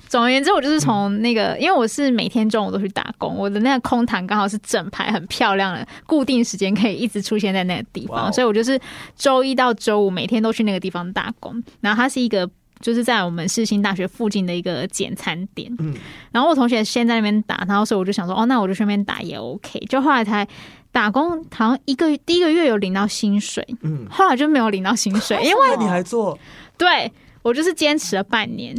[SPEAKER 4] 总而言之，我就是从那个，因为我是每天中午都去打工，我的那个空堂刚好是整排很漂亮的，固定时间可以一直出现在那个地
[SPEAKER 2] 哇哦
[SPEAKER 4] 方，所以我就是周一到周五每天都去那个地方打工。然后它是一个就是在我们世新大学附近的一个简餐店，
[SPEAKER 2] 嗯
[SPEAKER 4] 然后我同学先在那边打，然后所以我就想说，哦，那我就顺便打也 OK。就后来才打工，好像一个第一个月有领到薪水，
[SPEAKER 2] 嗯，
[SPEAKER 4] 后来就没有领到薪 (laughs) 水，因为
[SPEAKER 2] 那你还做，
[SPEAKER 4] 对我就是坚持了半年，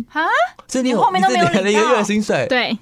[SPEAKER 2] 所以
[SPEAKER 1] 你
[SPEAKER 2] 你有
[SPEAKER 1] 后面都
[SPEAKER 2] 你只
[SPEAKER 1] 没有
[SPEAKER 2] 领了一
[SPEAKER 1] 领
[SPEAKER 2] 个
[SPEAKER 1] 到
[SPEAKER 2] 月的薪水，
[SPEAKER 4] 对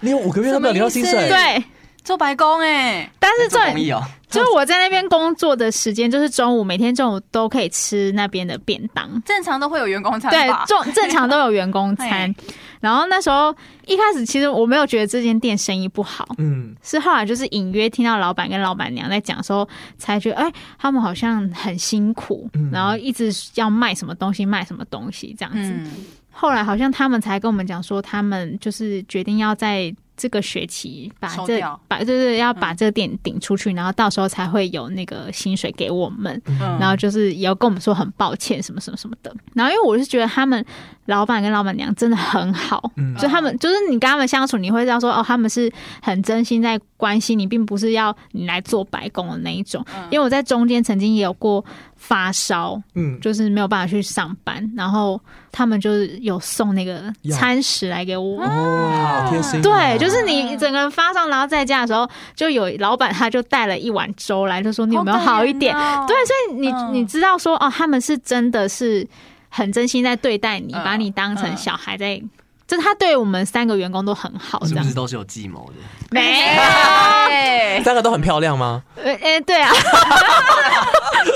[SPEAKER 2] 你有五个月都没有领到薪
[SPEAKER 1] 什么
[SPEAKER 2] 水，
[SPEAKER 1] 意思
[SPEAKER 4] 对，
[SPEAKER 1] 做白工哎，
[SPEAKER 4] 但是
[SPEAKER 3] 做公
[SPEAKER 4] 哎这
[SPEAKER 3] 益哦，
[SPEAKER 4] 就是我在那边工作的时间，就是中午每天中午都可以吃那边的便当，
[SPEAKER 1] 正常都会有员工餐
[SPEAKER 4] 对
[SPEAKER 1] 吧，？
[SPEAKER 4] 正正常都有员工 (laughs) 餐
[SPEAKER 1] 哎。
[SPEAKER 4] 然后那时候一开始其实我没有觉得这间店生意不好，
[SPEAKER 2] 嗯，
[SPEAKER 4] 是后来就是隐约听到老板跟老板娘在讲的时候，才觉得哎、他们好像很辛苦，
[SPEAKER 2] 嗯
[SPEAKER 4] 然后一直要卖什么东西卖什么东西这样子。
[SPEAKER 1] 嗯，
[SPEAKER 4] 后来好像他们才跟我们讲说，他们就是决定要在这个学期把
[SPEAKER 1] 收
[SPEAKER 4] 这
[SPEAKER 1] 掉
[SPEAKER 4] 把对对要把这个店顶出去，然后到时候才会有那个薪水给我们。
[SPEAKER 1] 嗯
[SPEAKER 4] 然后就是也要跟我们说很抱歉什么什么什么的。然后因为我是觉得他们老板跟老板娘真的很好，
[SPEAKER 2] 嗯
[SPEAKER 4] 就他们就是你跟他们相处，你会知道说哦，他们是很真心在关心你，并不是要你来做白工的那一种。
[SPEAKER 1] 嗯
[SPEAKER 4] 因为我在中间曾经也有过发烧，
[SPEAKER 2] 嗯，
[SPEAKER 4] 就是没有办法去上班，然后他们就是有送那个
[SPEAKER 2] 药
[SPEAKER 4] 餐食来给我。
[SPEAKER 2] 哦，好贴心哦，
[SPEAKER 4] 对，就是你整个人发烧，然后在家的时候，就有老板他就带了一碗粥来，就说你
[SPEAKER 1] 啊
[SPEAKER 4] 有没有好一点？
[SPEAKER 1] 好感人哦
[SPEAKER 4] 对，所以你、
[SPEAKER 1] 嗯
[SPEAKER 4] 你知道说哦，他们是真的是很真心在对待你，
[SPEAKER 1] 嗯
[SPEAKER 4] 把你当成小孩在，就他对我们三个员工都很好，这
[SPEAKER 3] 是不
[SPEAKER 4] 样
[SPEAKER 3] 是都是有计谋的？
[SPEAKER 4] 没有，
[SPEAKER 1] (laughs) 哎，
[SPEAKER 2] 三个都很漂亮吗？
[SPEAKER 4] 呃哎对啊，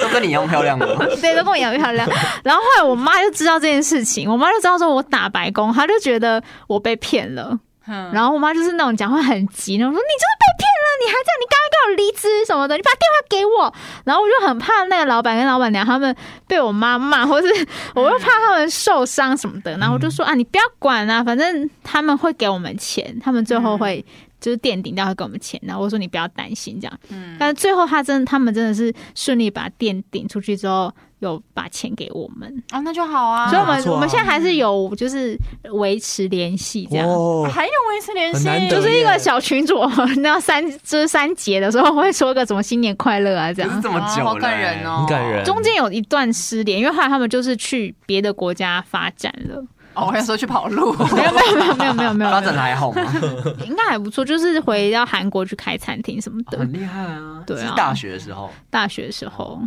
[SPEAKER 3] 都跟你一样漂亮吗？
[SPEAKER 4] 对，都跟我一样漂亮。然后后来我妈就知道这件事情，我妈就知道说我打白工，她就觉得我被骗了。
[SPEAKER 1] 嗯
[SPEAKER 4] 然后我妈就是那种讲话很急，然后说你就是被骗了，你还这样，你刚刚给我离职什么的，你把电话给我。然后我就很怕那个老板跟老板娘他们被我妈骂，或是 (laughs) 我又怕他们受伤什么的。然后我就说啊，你不要管啊，反正他们会给我们钱，他们最后会。就是垫顶掉会给我们钱，然后我说你不要担心这样，
[SPEAKER 1] 嗯
[SPEAKER 4] 但是最后他真他们真的是顺利把店顶出去之后，有把钱给我们，
[SPEAKER 1] 啊，那就好啊，
[SPEAKER 4] 所以我
[SPEAKER 2] 不
[SPEAKER 4] 们、
[SPEAKER 2] 错啊
[SPEAKER 4] 我们现在还是有就是维持联系这样。
[SPEAKER 2] 哦，
[SPEAKER 1] 还有维持联
[SPEAKER 2] 很难
[SPEAKER 1] 系，
[SPEAKER 6] 哦
[SPEAKER 2] 得
[SPEAKER 4] 就是一个小群主， (laughs) 那三就是三节的时候会说个什么新年快乐啊这
[SPEAKER 3] 可是
[SPEAKER 4] 样。
[SPEAKER 3] 这么久了，
[SPEAKER 1] 啊
[SPEAKER 3] 哎
[SPEAKER 1] 好感人哦，
[SPEAKER 2] 很感人。
[SPEAKER 4] 中间有一段失联，因为后来他们就是去别的国家发展了，
[SPEAKER 1] 哦，我想说去跑路，
[SPEAKER 4] 没有没有没有没有没有没有
[SPEAKER 3] (laughs) 发，展的还好吗？
[SPEAKER 1] (laughs)
[SPEAKER 4] 应该还不错，就是回到韩国去开餐厅什么的
[SPEAKER 3] 很。厉害啊！
[SPEAKER 4] 对啊
[SPEAKER 3] 是大学的时候，
[SPEAKER 4] 大学的时
[SPEAKER 1] 哦
[SPEAKER 4] 候，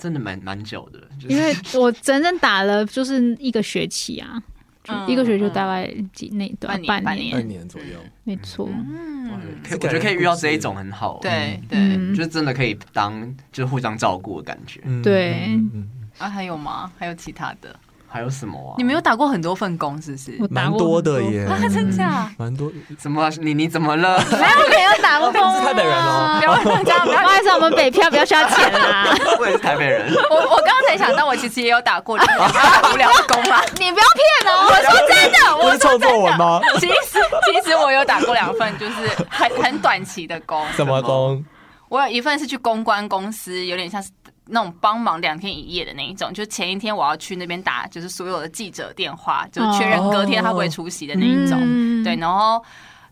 [SPEAKER 3] 真的蛮蛮久的，就是
[SPEAKER 4] 因为我整整打了就是一个学期啊，就
[SPEAKER 1] 嗯
[SPEAKER 4] 一个学期就大概几那
[SPEAKER 1] 半
[SPEAKER 4] 段
[SPEAKER 1] 年
[SPEAKER 4] 半
[SPEAKER 1] 半
[SPEAKER 2] 半
[SPEAKER 4] 年，
[SPEAKER 2] 年左右。
[SPEAKER 4] 没错。
[SPEAKER 1] 嗯，
[SPEAKER 3] 可以我觉得可以遇到这一种很好，，
[SPEAKER 1] 对对，
[SPEAKER 4] 嗯
[SPEAKER 3] 就是真的可以当就是互相照顾的感觉。
[SPEAKER 2] 嗯
[SPEAKER 4] 对
[SPEAKER 2] 嗯嗯嗯
[SPEAKER 1] 啊，还有吗？还有其他的？
[SPEAKER 3] 还有什么啊？
[SPEAKER 1] 你们有打过很多份工，是不是？
[SPEAKER 4] 我打
[SPEAKER 2] 蛮
[SPEAKER 4] 过
[SPEAKER 2] 多
[SPEAKER 4] 很
[SPEAKER 2] 的耶，
[SPEAKER 1] 啊，真假？
[SPEAKER 2] 蛮多。
[SPEAKER 3] 怎么啊你你怎么
[SPEAKER 1] (laughs)
[SPEAKER 3] 了？
[SPEAKER 1] 嗯
[SPEAKER 4] 没有没有打过工
[SPEAKER 2] 是台北人哦
[SPEAKER 1] 啊不要让大家不
[SPEAKER 4] 不
[SPEAKER 1] 要
[SPEAKER 4] 好意思，我 (laughs) 们北漂不要需要
[SPEAKER 1] (laughs)
[SPEAKER 4] 钱啦。
[SPEAKER 3] 我也是台北人，
[SPEAKER 1] 我我刚才想到，我其实也有打过，就是无聊的工 (laughs) 啦。
[SPEAKER 4] 你不要骗
[SPEAKER 1] 哦
[SPEAKER 4] 我，我说真的，
[SPEAKER 2] 不是臭作文吗？
[SPEAKER 1] 其实其实我有打过两份，就是很很短期的工。
[SPEAKER 2] 什么工？
[SPEAKER 1] 我有一份是去公关公司，有点像是那种帮忙两天一夜的那一种，就前一天我要去那边打，就是所有的记者电话，就是确认隔天他不会出席的那一种。
[SPEAKER 4] 嗯
[SPEAKER 1] 对，然后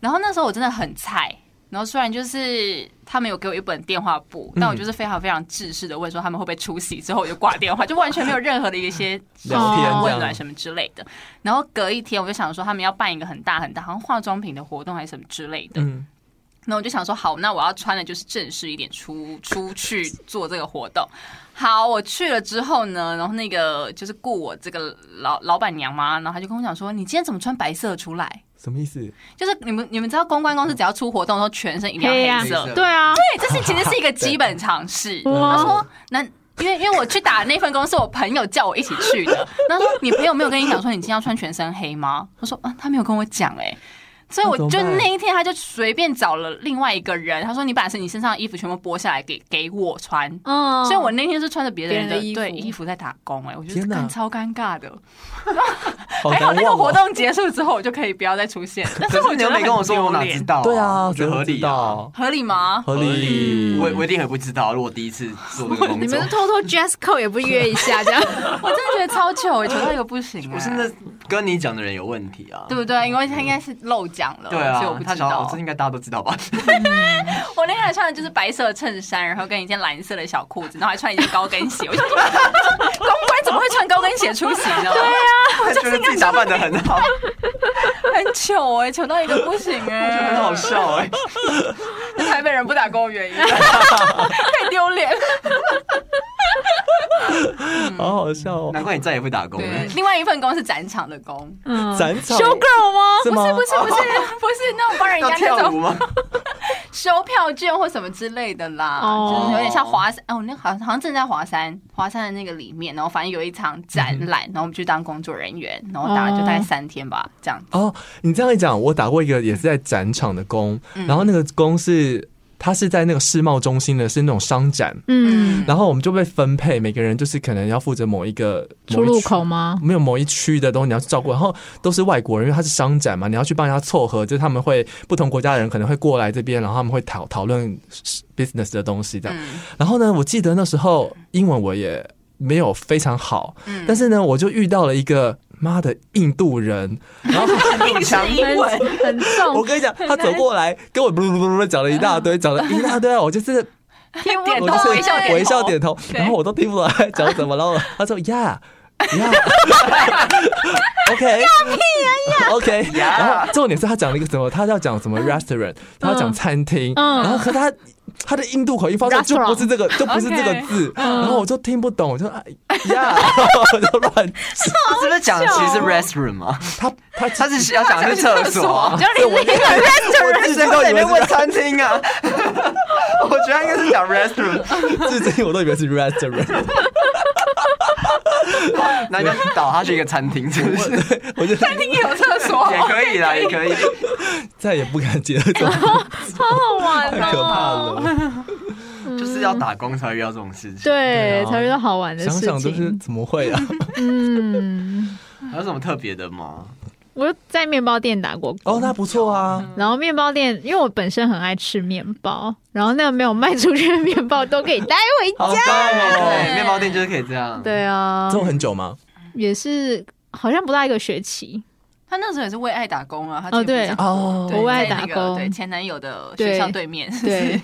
[SPEAKER 1] 然后那时候我真的很菜。然后虽然就是他们有给我一本电话簿，
[SPEAKER 2] 嗯
[SPEAKER 1] 但我就是非常非常制式的问说他们会不会出席，之后我就挂
[SPEAKER 2] (laughs)
[SPEAKER 1] 电话，就完全没有任何的一些
[SPEAKER 2] 聊天
[SPEAKER 4] 哦
[SPEAKER 2] 这
[SPEAKER 1] 温
[SPEAKER 2] 样
[SPEAKER 1] 暖什么之类的。然后隔一天我就想说他们要办一个很大很大，好像化妆品的活动还是什么之类的。
[SPEAKER 2] 嗯，
[SPEAKER 1] 那我就想说，好，那我要穿的就是正式一点出出去做这个活动。好，我去了之后呢，然后那个就是雇我这个老老板娘嘛，然后她就跟我讲说，你今天怎么穿白色出来？
[SPEAKER 2] 什么意思？
[SPEAKER 1] 就是你们你们知道公关公司只要出活动的时候，全身一定要
[SPEAKER 4] 黑啊
[SPEAKER 1] 黑色，
[SPEAKER 3] 黑色
[SPEAKER 4] 对啊，
[SPEAKER 1] 对，这是其实是一个基本常
[SPEAKER 2] (laughs)
[SPEAKER 1] 识。
[SPEAKER 4] 哇
[SPEAKER 1] 他
[SPEAKER 2] 嗯
[SPEAKER 1] 说，那因为因为我去打的那份工是我朋友叫我一起去的，他说你朋友没有跟你讲说你今天要穿全身黑吗？我说啊，他没有跟我讲哎、所以我
[SPEAKER 2] 那怎么
[SPEAKER 1] 就
[SPEAKER 2] 办
[SPEAKER 1] 那一天，他就随便找了另外一个人，他说你把是你身上的衣服全部剥下来给给我穿，
[SPEAKER 4] 嗯，
[SPEAKER 1] 所以我那天是穿着哦别人的
[SPEAKER 4] 别人的衣服
[SPEAKER 1] 对衣服在打工哎、我觉
[SPEAKER 2] 天
[SPEAKER 1] 得
[SPEAKER 2] 哪
[SPEAKER 1] 看超尴尬的。
[SPEAKER 2] 好
[SPEAKER 1] 还好
[SPEAKER 2] 难
[SPEAKER 1] 那个
[SPEAKER 2] 忘
[SPEAKER 1] 活
[SPEAKER 2] 哦。
[SPEAKER 1] 动结束之后，我就可以不要再出现，但是
[SPEAKER 3] 可
[SPEAKER 1] 我
[SPEAKER 3] 是你
[SPEAKER 1] 觉
[SPEAKER 3] 又
[SPEAKER 1] 得
[SPEAKER 3] 没
[SPEAKER 1] 很
[SPEAKER 3] 跟我说，我哪
[SPEAKER 1] 丢脸
[SPEAKER 3] 知道？
[SPEAKER 2] 对啊，
[SPEAKER 3] 我觉得合理啊，
[SPEAKER 2] 啊，
[SPEAKER 1] (laughs) 合理吗？
[SPEAKER 2] 合理。
[SPEAKER 3] 我我一定很不知道，如果第一次做这个工
[SPEAKER 4] 你
[SPEAKER 3] 作
[SPEAKER 4] 们，偷偷 dress code 也不约一下这样。
[SPEAKER 1] 我真的觉得超糗哎、糗到一个不行、哎
[SPEAKER 3] 我是那跟你讲的人有问题啊。
[SPEAKER 1] 对不嗯对？因为他应该是漏讲了，
[SPEAKER 3] 对
[SPEAKER 1] 所以我
[SPEAKER 3] 啊
[SPEAKER 1] 不，
[SPEAKER 3] 他
[SPEAKER 1] 知
[SPEAKER 3] 想要
[SPEAKER 1] 道
[SPEAKER 3] 哦这。应该大家都知道吧？
[SPEAKER 1] 我那天还穿的就是白色的衬衫，然后跟一件蓝色的小裤子，然后还穿一件高跟鞋。我 (laughs) 就说，公关怎么会穿高跟鞋出席呢？对啊，
[SPEAKER 3] 他觉得自己打扮的很好，
[SPEAKER 1] 很糗哎、糗到一个不行哎、
[SPEAKER 3] 很好笑哎。
[SPEAKER 1] (laughs) 台北人不打工的原因，太丢脸。
[SPEAKER 2] 好好笑哦。
[SPEAKER 3] 难怪你再也不打工了。
[SPEAKER 1] 对，另外一份工是展场的工，
[SPEAKER 4] (laughs) 嗯，
[SPEAKER 2] 展场
[SPEAKER 4] (laughs) 修 girl 吗？
[SPEAKER 2] 是吗？
[SPEAKER 1] 不是不是不是那种帮人
[SPEAKER 3] 要
[SPEAKER 1] 家那
[SPEAKER 3] 跳
[SPEAKER 1] 种
[SPEAKER 3] 舞吗？
[SPEAKER 1] 收票券或什么之类的啦，
[SPEAKER 4] 哦
[SPEAKER 1] 就是有点像华山哦，那好像好像正在华山华山的那个里面，然后反正有一场展览，然后我们去当工作人员，然后打了就大概三天吧，这样。
[SPEAKER 2] 哦，你这样一讲，我打过一个也是在展场的工，然后那个工是它是在那个世贸中心的，是那种商展，
[SPEAKER 4] 嗯，
[SPEAKER 2] 然后我们就被分配，每个人就是可能要负责某一个
[SPEAKER 4] 出
[SPEAKER 2] 某一
[SPEAKER 4] 入。口
[SPEAKER 2] 区
[SPEAKER 4] 吗？
[SPEAKER 2] 没有某一区的东西你要去照顾，然后都是外国人，因为它是商展嘛，你要去帮人家凑合，就是他们会不同国家的人可能会过来这边，然后他们会讨讨论 business 的东西这样。
[SPEAKER 1] 嗯
[SPEAKER 2] 然后呢，我记得那时候英文我也没有非常好，
[SPEAKER 1] 嗯
[SPEAKER 2] 但是呢，我就遇到了一个妈的印度人，
[SPEAKER 1] (laughs)
[SPEAKER 3] 那么强，
[SPEAKER 4] 英文很
[SPEAKER 2] 我
[SPEAKER 4] 重，
[SPEAKER 2] 跟你讲，他走过来跟我 (laughs) 噜噜噜噜讲了一大堆，讲了一大堆，啊我就是
[SPEAKER 1] 点
[SPEAKER 2] 我
[SPEAKER 1] 头微
[SPEAKER 2] 就是
[SPEAKER 1] 笑点头
[SPEAKER 2] 微笑点头，
[SPEAKER 1] 对
[SPEAKER 2] 然后我都听不懂他 (laughs) 在讲什么，然后他说呀呀 (laughs) ，OK。OK，然 (laughs) 后重点是他讲了一个什么？他要讲什么 restaurant，他要讲餐厅，
[SPEAKER 4] 嗯
[SPEAKER 2] 然后可他他的印度口音发出来就
[SPEAKER 4] Restaurant
[SPEAKER 2] 不是这个，就不是这个
[SPEAKER 1] OK
[SPEAKER 2] 字，然后我就听不懂，我就哎 (laughs) 呀，我就乱。
[SPEAKER 3] 他是不是讲的其实是 restroom 吗？
[SPEAKER 2] 他他
[SPEAKER 3] 他是要讲的是厕所啊。
[SPEAKER 1] 就你那个
[SPEAKER 2] 我自己都以为是
[SPEAKER 3] 餐厅啊？ (laughs) 我觉得他应该是讲 restroom，
[SPEAKER 2] 至今我都以为是 restaurant， (laughs)
[SPEAKER 3] 那就倒，它是一个餐厅，是不是？
[SPEAKER 2] 我就
[SPEAKER 1] 有厕所，
[SPEAKER 3] 也可以啦，也可以。
[SPEAKER 2] 再也不敢接这种，
[SPEAKER 4] 好好玩 (laughs)
[SPEAKER 2] 太可怕
[SPEAKER 4] 哦。
[SPEAKER 2] 了。
[SPEAKER 3] 就是要打工才会遇到这种事情。，
[SPEAKER 2] 对
[SPEAKER 4] 对，
[SPEAKER 2] 啊
[SPEAKER 4] 才遇到好玩的
[SPEAKER 2] 想
[SPEAKER 4] 事
[SPEAKER 2] 想都是
[SPEAKER 4] 情。
[SPEAKER 2] 怎么会啊？
[SPEAKER 4] 嗯，
[SPEAKER 3] 还有什么特别的吗？
[SPEAKER 4] 我在面包店打过工
[SPEAKER 2] 哦，那不错啊，
[SPEAKER 4] 然后面包店，因为我本身很爱吃面包，然后那个没有卖出去的面包都可以带回
[SPEAKER 2] (laughs)
[SPEAKER 4] 家。
[SPEAKER 2] 好棒哦！
[SPEAKER 3] 对，面包店就是可以这样。，
[SPEAKER 4] 对啊
[SPEAKER 2] 这，种很久吗？
[SPEAKER 4] 也是好像不到一个学期，
[SPEAKER 1] (laughs) 他那时候也是为爱打工啊，他自己
[SPEAKER 4] 哦对
[SPEAKER 1] 不是
[SPEAKER 2] 哦
[SPEAKER 1] 对
[SPEAKER 4] 我为爱
[SPEAKER 1] 在那个
[SPEAKER 4] 打工
[SPEAKER 1] 对前男友的学校对面，
[SPEAKER 4] 对，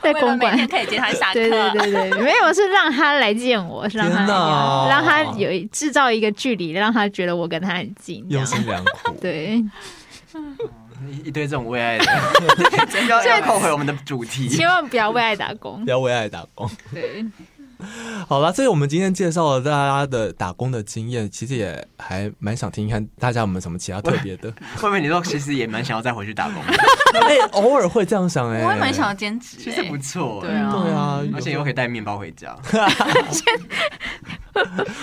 [SPEAKER 4] 在
[SPEAKER 1] 为了
[SPEAKER 4] 公
[SPEAKER 1] 每天
[SPEAKER 4] 馆。
[SPEAKER 1] 可以接他下课，
[SPEAKER 4] 对对对对，没有是让他来见我，是让他
[SPEAKER 2] 天哪
[SPEAKER 4] 让他有制造一个距离，让他觉得我跟他很近。这
[SPEAKER 2] 用
[SPEAKER 4] 样
[SPEAKER 2] 心良苦。
[SPEAKER 4] (laughs) 对，
[SPEAKER 3] 一一堆这种为
[SPEAKER 1] (laughs)
[SPEAKER 3] 爱的，要要扣回我们的主题。
[SPEAKER 4] 千万不要为爱打工
[SPEAKER 2] 不。要为爱打工。
[SPEAKER 4] 对，
[SPEAKER 2] 好啦，这是我们今天介绍了大家的打工的经验，其实也还蛮想听听看大家有没有什么其他特别的。
[SPEAKER 3] 会不会你说其实也蛮想要再回去打
[SPEAKER 1] (laughs)
[SPEAKER 3] 工的，
[SPEAKER 2] 哎、偶尔会这样想哎、
[SPEAKER 1] 我也蛮想要兼职、欸，
[SPEAKER 3] 其实不错、
[SPEAKER 1] 对啊
[SPEAKER 2] 对啊，
[SPEAKER 3] 而且又可以带面包回家。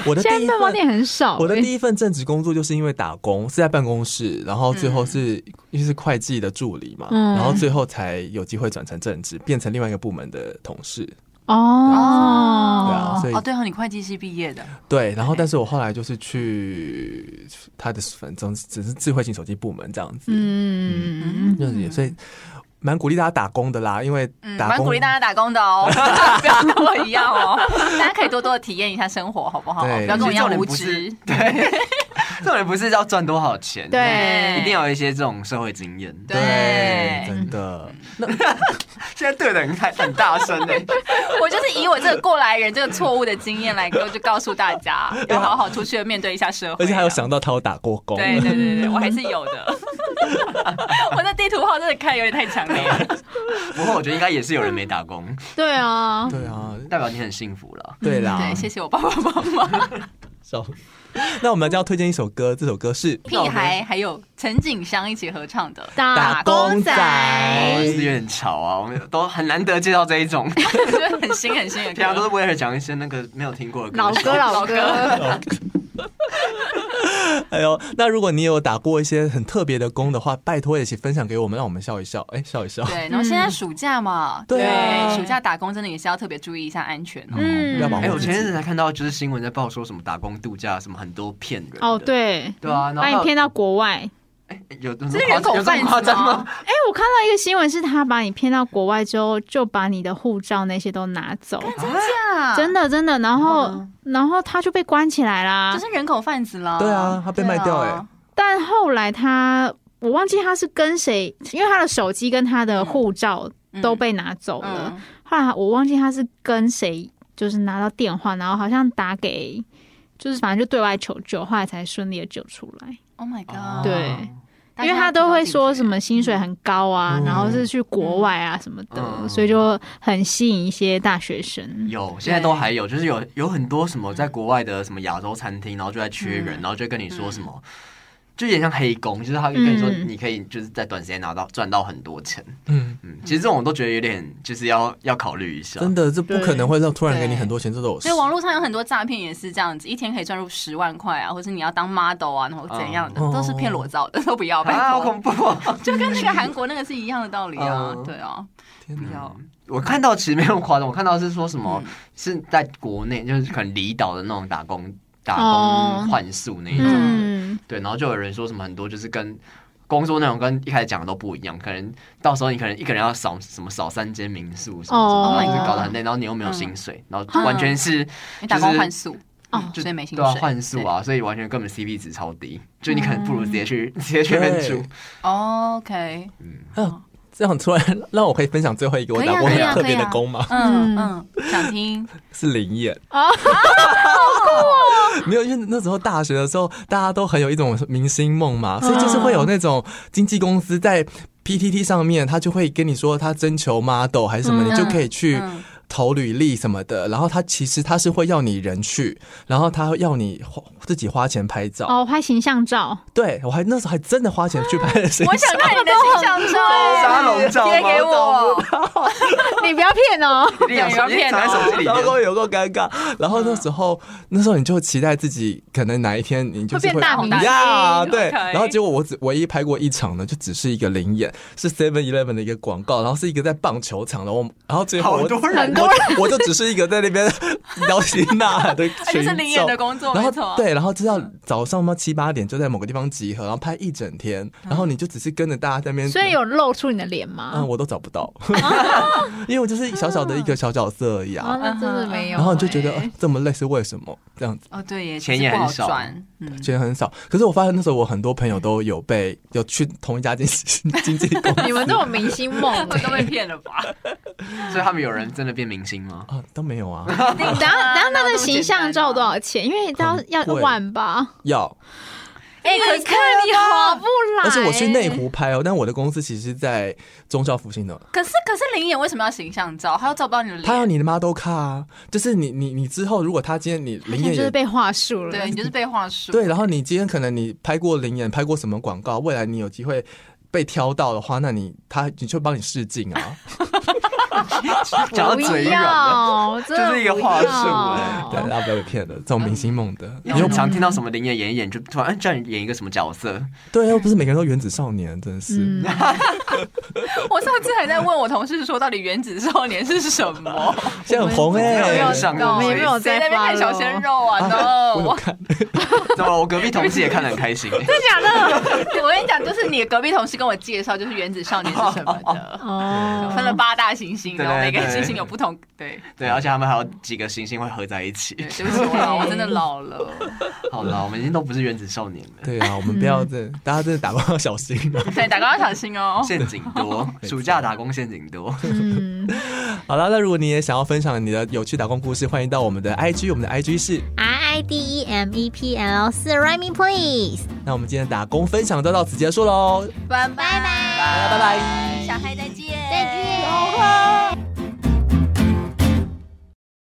[SPEAKER 2] 我的第
[SPEAKER 4] 现在
[SPEAKER 2] 一
[SPEAKER 4] 面包
[SPEAKER 2] 份。
[SPEAKER 4] 店很少、
[SPEAKER 2] 我的
[SPEAKER 4] 欸
[SPEAKER 2] 第一份正职工作就是因为打工是在办公室，然后最后是因为是会计的助理嘛，
[SPEAKER 4] 嗯
[SPEAKER 2] 然后最后才有机会转成正职，变成另外一个部门的同事。对啊
[SPEAKER 4] 哦，
[SPEAKER 2] 所以
[SPEAKER 1] 哦，对哦，你会计系毕业的，
[SPEAKER 2] 对，然后但是我后来就是去他的反正只是智慧型手机部门这样
[SPEAKER 1] 嗯
[SPEAKER 2] 子，
[SPEAKER 4] 嗯，
[SPEAKER 2] 就是也所以蛮鼓励大家打工的啦，因为
[SPEAKER 1] 嗯，
[SPEAKER 2] 打
[SPEAKER 1] 蛮
[SPEAKER 2] 工
[SPEAKER 1] 鼓励大家打工的
[SPEAKER 2] (laughs)
[SPEAKER 1] 哦，不要跟我一样哦，大家可以多多的体验一下生活，好不好？
[SPEAKER 2] 对
[SPEAKER 1] 不要跟我一样无
[SPEAKER 3] 其实
[SPEAKER 1] 知，
[SPEAKER 3] (laughs) 重点不是要赚多少钱，
[SPEAKER 2] (laughs)
[SPEAKER 4] 对
[SPEAKER 3] 一定要有一些这种社会经验。
[SPEAKER 1] 对嗯
[SPEAKER 2] 对，真的
[SPEAKER 3] 现在对的很开很大声
[SPEAKER 1] (laughs)
[SPEAKER 3] 哎、
[SPEAKER 1] 我就是以我这个过来人这个错误的经验来，就告诉大
[SPEAKER 2] (laughs)
[SPEAKER 1] 家，要好好出去面对一下社会，啊
[SPEAKER 2] 而且还有。想到他有打过工，
[SPEAKER 1] 对对对对，我还是有
[SPEAKER 2] (laughs)
[SPEAKER 1] 的。我那地图号真的看有点太强烈了。
[SPEAKER 3] 不过我觉得应该也是有人没打工，
[SPEAKER 4] 对啊，
[SPEAKER 2] 对啊，
[SPEAKER 3] 代表你很幸福了。
[SPEAKER 2] 对啦
[SPEAKER 1] 嗯对，，谢谢我爸爸妈
[SPEAKER 2] (laughs)
[SPEAKER 1] 妈。
[SPEAKER 2] 少。那我们就要推荐一首歌，这首歌是 (laughs)
[SPEAKER 1] 屁孩还有陈景香一起合唱的《
[SPEAKER 4] 打工仔，
[SPEAKER 1] 哎
[SPEAKER 3] 哦，是有点吵啊，我们都很难得介绍这一
[SPEAKER 1] (laughs)
[SPEAKER 3] 种，
[SPEAKER 1] 很新很新的
[SPEAKER 3] 平常都
[SPEAKER 1] 歌
[SPEAKER 3] 是为了讲一些那个没有听过的歌
[SPEAKER 4] 老歌老歌，
[SPEAKER 2] 哎呦，那如果你有打过一些很特别的工的话，拜托一起分享给我们，让我们笑一笑，哎，笑一
[SPEAKER 3] 哦
[SPEAKER 2] 笑，
[SPEAKER 1] 对，然后
[SPEAKER 4] 嗯
[SPEAKER 1] 现在暑假嘛，
[SPEAKER 2] 对啊
[SPEAKER 1] 暑假打工真的也是要特别注意一下安全哦。
[SPEAKER 2] 嗯，要保
[SPEAKER 3] 哎、
[SPEAKER 2] 护
[SPEAKER 3] 我
[SPEAKER 2] 自
[SPEAKER 3] 前
[SPEAKER 2] 己
[SPEAKER 3] 阵。子才看到，就是新闻在报说什么打工度假，什么很多骗人的
[SPEAKER 4] 哦，，对，
[SPEAKER 3] 对啊，然后哎
[SPEAKER 4] 把你骗到国外。
[SPEAKER 3] 有这
[SPEAKER 1] 这是人口贩
[SPEAKER 3] 夸
[SPEAKER 1] 子
[SPEAKER 3] 张吗？
[SPEAKER 1] 吗？
[SPEAKER 4] 哎，我看到一个新闻，是他把你骗到国外之后，就把你的护照那些都拿走，
[SPEAKER 1] 啊
[SPEAKER 4] 真的啊真的，然后然后他就被关起来啦
[SPEAKER 1] 这。是人口贩子啦。
[SPEAKER 2] 对啊他被卖掉
[SPEAKER 1] 对啊
[SPEAKER 3] 欸
[SPEAKER 2] 哎
[SPEAKER 4] 但后来他，我忘记他是跟谁，因为他的手机跟他的护照都被拿走了。
[SPEAKER 1] 嗯
[SPEAKER 4] 后来我忘记他是跟谁，就是拿到电话，然后好像打给，就是反正就对外求救，后来才顺利的救出来。
[SPEAKER 1] ，Oh my
[SPEAKER 3] 哦
[SPEAKER 1] god！
[SPEAKER 4] 对，
[SPEAKER 1] 大家
[SPEAKER 4] 因为他
[SPEAKER 1] 要提高
[SPEAKER 4] 都会
[SPEAKER 1] 警
[SPEAKER 4] 说
[SPEAKER 1] 觉
[SPEAKER 4] 什么薪水很高啊，
[SPEAKER 2] 嗯
[SPEAKER 4] 然后是去国外啊什么的，
[SPEAKER 3] 嗯
[SPEAKER 4] 所以就很吸引一些大学生。
[SPEAKER 3] 有，现在都还有，就是有有很多什么在国外的什么亚洲餐厅，然后就在缺人，
[SPEAKER 1] 嗯
[SPEAKER 3] 然后就跟你说什么，就有点像黑工，就是他会跟你说
[SPEAKER 4] 嗯
[SPEAKER 3] 你可以就是在短时间拿到赚到很多钱。
[SPEAKER 2] 嗯，
[SPEAKER 3] 嗯，其实这种我都觉得有点就是要要考虑一下。
[SPEAKER 2] 真的，这不可能会让突然给你
[SPEAKER 1] 对
[SPEAKER 2] 很多钱，这都有事
[SPEAKER 1] 所以。网络上有很多诈骗也是这样子，一天可以赚入十万块啊，或者你要当 model 啊，然后怎样的，
[SPEAKER 2] 嗯
[SPEAKER 1] 都是骗裸照的，都不要，拜
[SPEAKER 3] 哦 (laughs) 啊，好
[SPEAKER 1] 托，
[SPEAKER 3] 恐怖、哦！
[SPEAKER 1] 就跟那个韩国那个是一样的道理啊，
[SPEAKER 3] 嗯
[SPEAKER 1] 对啊，
[SPEAKER 2] 天
[SPEAKER 1] 不要，
[SPEAKER 3] 我看到其实没有夸张，我看到是说什么、
[SPEAKER 1] 嗯
[SPEAKER 3] 是在国内，就是可能离岛的那种打工打
[SPEAKER 4] 哦
[SPEAKER 3] 工换宿那一种。
[SPEAKER 4] 嗯，
[SPEAKER 3] 对，然后就有人说什么很多就是跟工作内容跟一开始讲的都不一样，可能到时候你可能一个人要扫什么扫三间民宿什么
[SPEAKER 4] 哦
[SPEAKER 3] 什么，就搞得很累，然后你又没有薪水，然后
[SPEAKER 4] 嗯
[SPEAKER 3] 完全是
[SPEAKER 1] 你打工换宿，
[SPEAKER 4] 哦
[SPEAKER 1] 嗯
[SPEAKER 3] 就
[SPEAKER 1] 所以没薪
[SPEAKER 3] 对啊
[SPEAKER 1] 水，
[SPEAKER 3] 换宿
[SPEAKER 4] 嗯
[SPEAKER 3] 啊，所以完全根本 CP 值超低，就你可能不如直接去 (laughs) 直接去那边
[SPEAKER 2] 对
[SPEAKER 3] 住，嗯
[SPEAKER 1] 对。OK，
[SPEAKER 2] 这样突然让我可以分享最后一个我
[SPEAKER 1] 可以啊
[SPEAKER 2] 打过很
[SPEAKER 1] 可以啊
[SPEAKER 2] 特别
[SPEAKER 1] 可以
[SPEAKER 2] 的
[SPEAKER 1] 啊
[SPEAKER 2] 工吗？
[SPEAKER 1] 嗯嗯，想听，
[SPEAKER 2] 是灵眼
[SPEAKER 1] (laughs)
[SPEAKER 4] 哦，
[SPEAKER 1] 哦
[SPEAKER 2] 没有，因为那时候大学的时候，大家都很有一种明星梦嘛，
[SPEAKER 1] 嗯
[SPEAKER 2] 所以就是会有那种经纪公司在 PTT 上面，他就会跟你说他征求 model 还是什么，
[SPEAKER 4] 嗯
[SPEAKER 2] 你就可以去
[SPEAKER 1] 嗯
[SPEAKER 2] 投履历什么的。然后他其实他是会要你人去，然后他要你花自己花钱拍照。
[SPEAKER 4] 哦，拍形象照，
[SPEAKER 2] 对我还那时候还真的花钱去拍了身
[SPEAKER 1] 我想看你的形象
[SPEAKER 3] 沙
[SPEAKER 1] 照，
[SPEAKER 3] 龙照
[SPEAKER 1] 贴
[SPEAKER 3] 吗
[SPEAKER 1] 给我，
[SPEAKER 4] 你不要骗哦。
[SPEAKER 3] 一定有手机
[SPEAKER 1] 有人要骗
[SPEAKER 3] 藏在手
[SPEAKER 2] (laughs)
[SPEAKER 3] 机里
[SPEAKER 2] 然
[SPEAKER 3] 面。
[SPEAKER 2] 后有够尴尬，然后那时候，那时候你就期待自己可能哪一天你就是
[SPEAKER 4] 会变大
[SPEAKER 2] 红
[SPEAKER 4] 明星
[SPEAKER 2] 呀，对。
[SPEAKER 1] OK
[SPEAKER 2] 然后结果我只唯一拍过一场呢，就只是一个零演，是 Seven Eleven 的一个广告，然后是一个在棒球场的，我然后最后
[SPEAKER 3] 好
[SPEAKER 2] 我
[SPEAKER 3] 多人
[SPEAKER 4] 很多
[SPEAKER 2] 我我就只是一个在那边摇旗呐喊的
[SPEAKER 1] 而且
[SPEAKER 2] 群
[SPEAKER 1] 是林演的
[SPEAKER 2] 众。
[SPEAKER 1] 工作，没
[SPEAKER 2] 然后
[SPEAKER 1] 错，
[SPEAKER 2] 对，然后直到早上嘛七八点就在某个地方集合，然后拍一整天，然后你就只是跟着大家在那边。
[SPEAKER 4] 所以有露出你的脸
[SPEAKER 2] 嗯，
[SPEAKER 4] 吗？
[SPEAKER 2] 我都找不到， (laughs) 因为我就是小小的一个小角色而已啊。
[SPEAKER 4] 啊，那真的没有欸。
[SPEAKER 2] 然后你就觉得、呃这么累是为什么？这样子
[SPEAKER 1] 哦对耶，
[SPEAKER 3] 钱
[SPEAKER 1] 其实
[SPEAKER 3] 也
[SPEAKER 1] 不
[SPEAKER 3] 很
[SPEAKER 1] 好
[SPEAKER 3] 少
[SPEAKER 1] 赚，嗯，
[SPEAKER 2] 觉得很少。可是我发现那时候我很多朋友都有被有去同一家经纪 (laughs) 经纪公司
[SPEAKER 4] (laughs) 你们这种明星梦欸，
[SPEAKER 1] (laughs) 都被骗了吧？
[SPEAKER 3] 所以他们有人真的变明星吗？
[SPEAKER 2] 啊，都没有啊，
[SPEAKER 4] (laughs)
[SPEAKER 1] (laughs) 等
[SPEAKER 4] (laughs) 等下，等下，那个形象照多？少钱？因为要
[SPEAKER 2] 很
[SPEAKER 4] 要
[SPEAKER 2] 贵
[SPEAKER 4] 万 (laughs) 吧？
[SPEAKER 2] 要。
[SPEAKER 4] 哎，可看你划不来。
[SPEAKER 2] 而且我去内，湖拍哦，但我的公司其实在中校复兴的，
[SPEAKER 1] 可是可是林演为什么要形象照？他又照不到你的
[SPEAKER 2] 他要
[SPEAKER 1] 脸，
[SPEAKER 2] 你的 model 卡啊，就是你你你之后如果他今天你
[SPEAKER 4] 好
[SPEAKER 2] 零
[SPEAKER 4] 像
[SPEAKER 2] 演
[SPEAKER 4] 就是
[SPEAKER 2] 员。
[SPEAKER 4] 被话术了。
[SPEAKER 1] 对你就是被话术。
[SPEAKER 2] 对，然后你今天可能你拍过零演，拍过什么广告，未来你有机会被挑到的话，那你他你就帮你试镜
[SPEAKER 4] (laughs)
[SPEAKER 2] 啊。
[SPEAKER 3] 讲到
[SPEAKER 4] 不
[SPEAKER 3] 嘴软了，
[SPEAKER 4] 要，真的
[SPEAKER 3] 就是一个话术哎
[SPEAKER 4] 不
[SPEAKER 2] 对，
[SPEAKER 4] 要
[SPEAKER 2] 大家不要被骗了，这种明星梦的，
[SPEAKER 3] 因
[SPEAKER 2] 你
[SPEAKER 4] 嗯
[SPEAKER 3] 为
[SPEAKER 2] 又
[SPEAKER 3] 我常听到什么林演演一演，就突然哎叫你演一个什么角色，
[SPEAKER 2] 对，啊又不是每个人都原子少年，真的是。
[SPEAKER 4] 嗯，
[SPEAKER 1] 我上次还在问我同事说，到底原子少年是什么？
[SPEAKER 2] 现在很红
[SPEAKER 3] 没有
[SPEAKER 2] 哎、
[SPEAKER 3] 用上
[SPEAKER 4] 我
[SPEAKER 3] 过
[SPEAKER 4] 们也没有
[SPEAKER 1] 谁
[SPEAKER 4] 在
[SPEAKER 1] 在那边看
[SPEAKER 4] follow
[SPEAKER 1] 小鲜肉啊
[SPEAKER 2] 我
[SPEAKER 1] ？No，
[SPEAKER 2] 有
[SPEAKER 1] 我
[SPEAKER 2] 看，
[SPEAKER 3] (laughs) 怎么啊我隔壁同事也看得很开心、欸？
[SPEAKER 1] 真的假的？ (laughs) 我跟你讲，就是你隔壁同事跟我介绍，就是原子少年是什么的，
[SPEAKER 4] 哦，
[SPEAKER 1] 分了八大行星，然后
[SPEAKER 3] 对
[SPEAKER 1] 每
[SPEAKER 3] 对
[SPEAKER 1] 个
[SPEAKER 3] 对
[SPEAKER 1] 行星有不同。对
[SPEAKER 3] 对，而且他们还有几个星星会合在一起。
[SPEAKER 1] 对，对不起，我老我真的老了。
[SPEAKER 3] 好了，我们已经都不是原子少年了，
[SPEAKER 2] 对啊，我们不要这，大家真的打扮要小心
[SPEAKER 1] (laughs)
[SPEAKER 2] 啊。
[SPEAKER 1] 对，打工要小心哦。
[SPEAKER 3] 陷阱
[SPEAKER 1] (laughs)
[SPEAKER 3] 多，暑假打工陷阱多。
[SPEAKER 4] 嗯
[SPEAKER 2] 好了，那如果你也想要分享你的有趣打工故事，欢迎到我们的 IG，我们的 IG 是。
[SPEAKER 7] R I D E M E P L 四 Rhyme me please。
[SPEAKER 2] 那我们今天的打工分享就到此结束喽，
[SPEAKER 1] 拜拜拜
[SPEAKER 2] 拜拜。
[SPEAKER 1] 小黑再见，
[SPEAKER 7] 再见
[SPEAKER 1] 好啊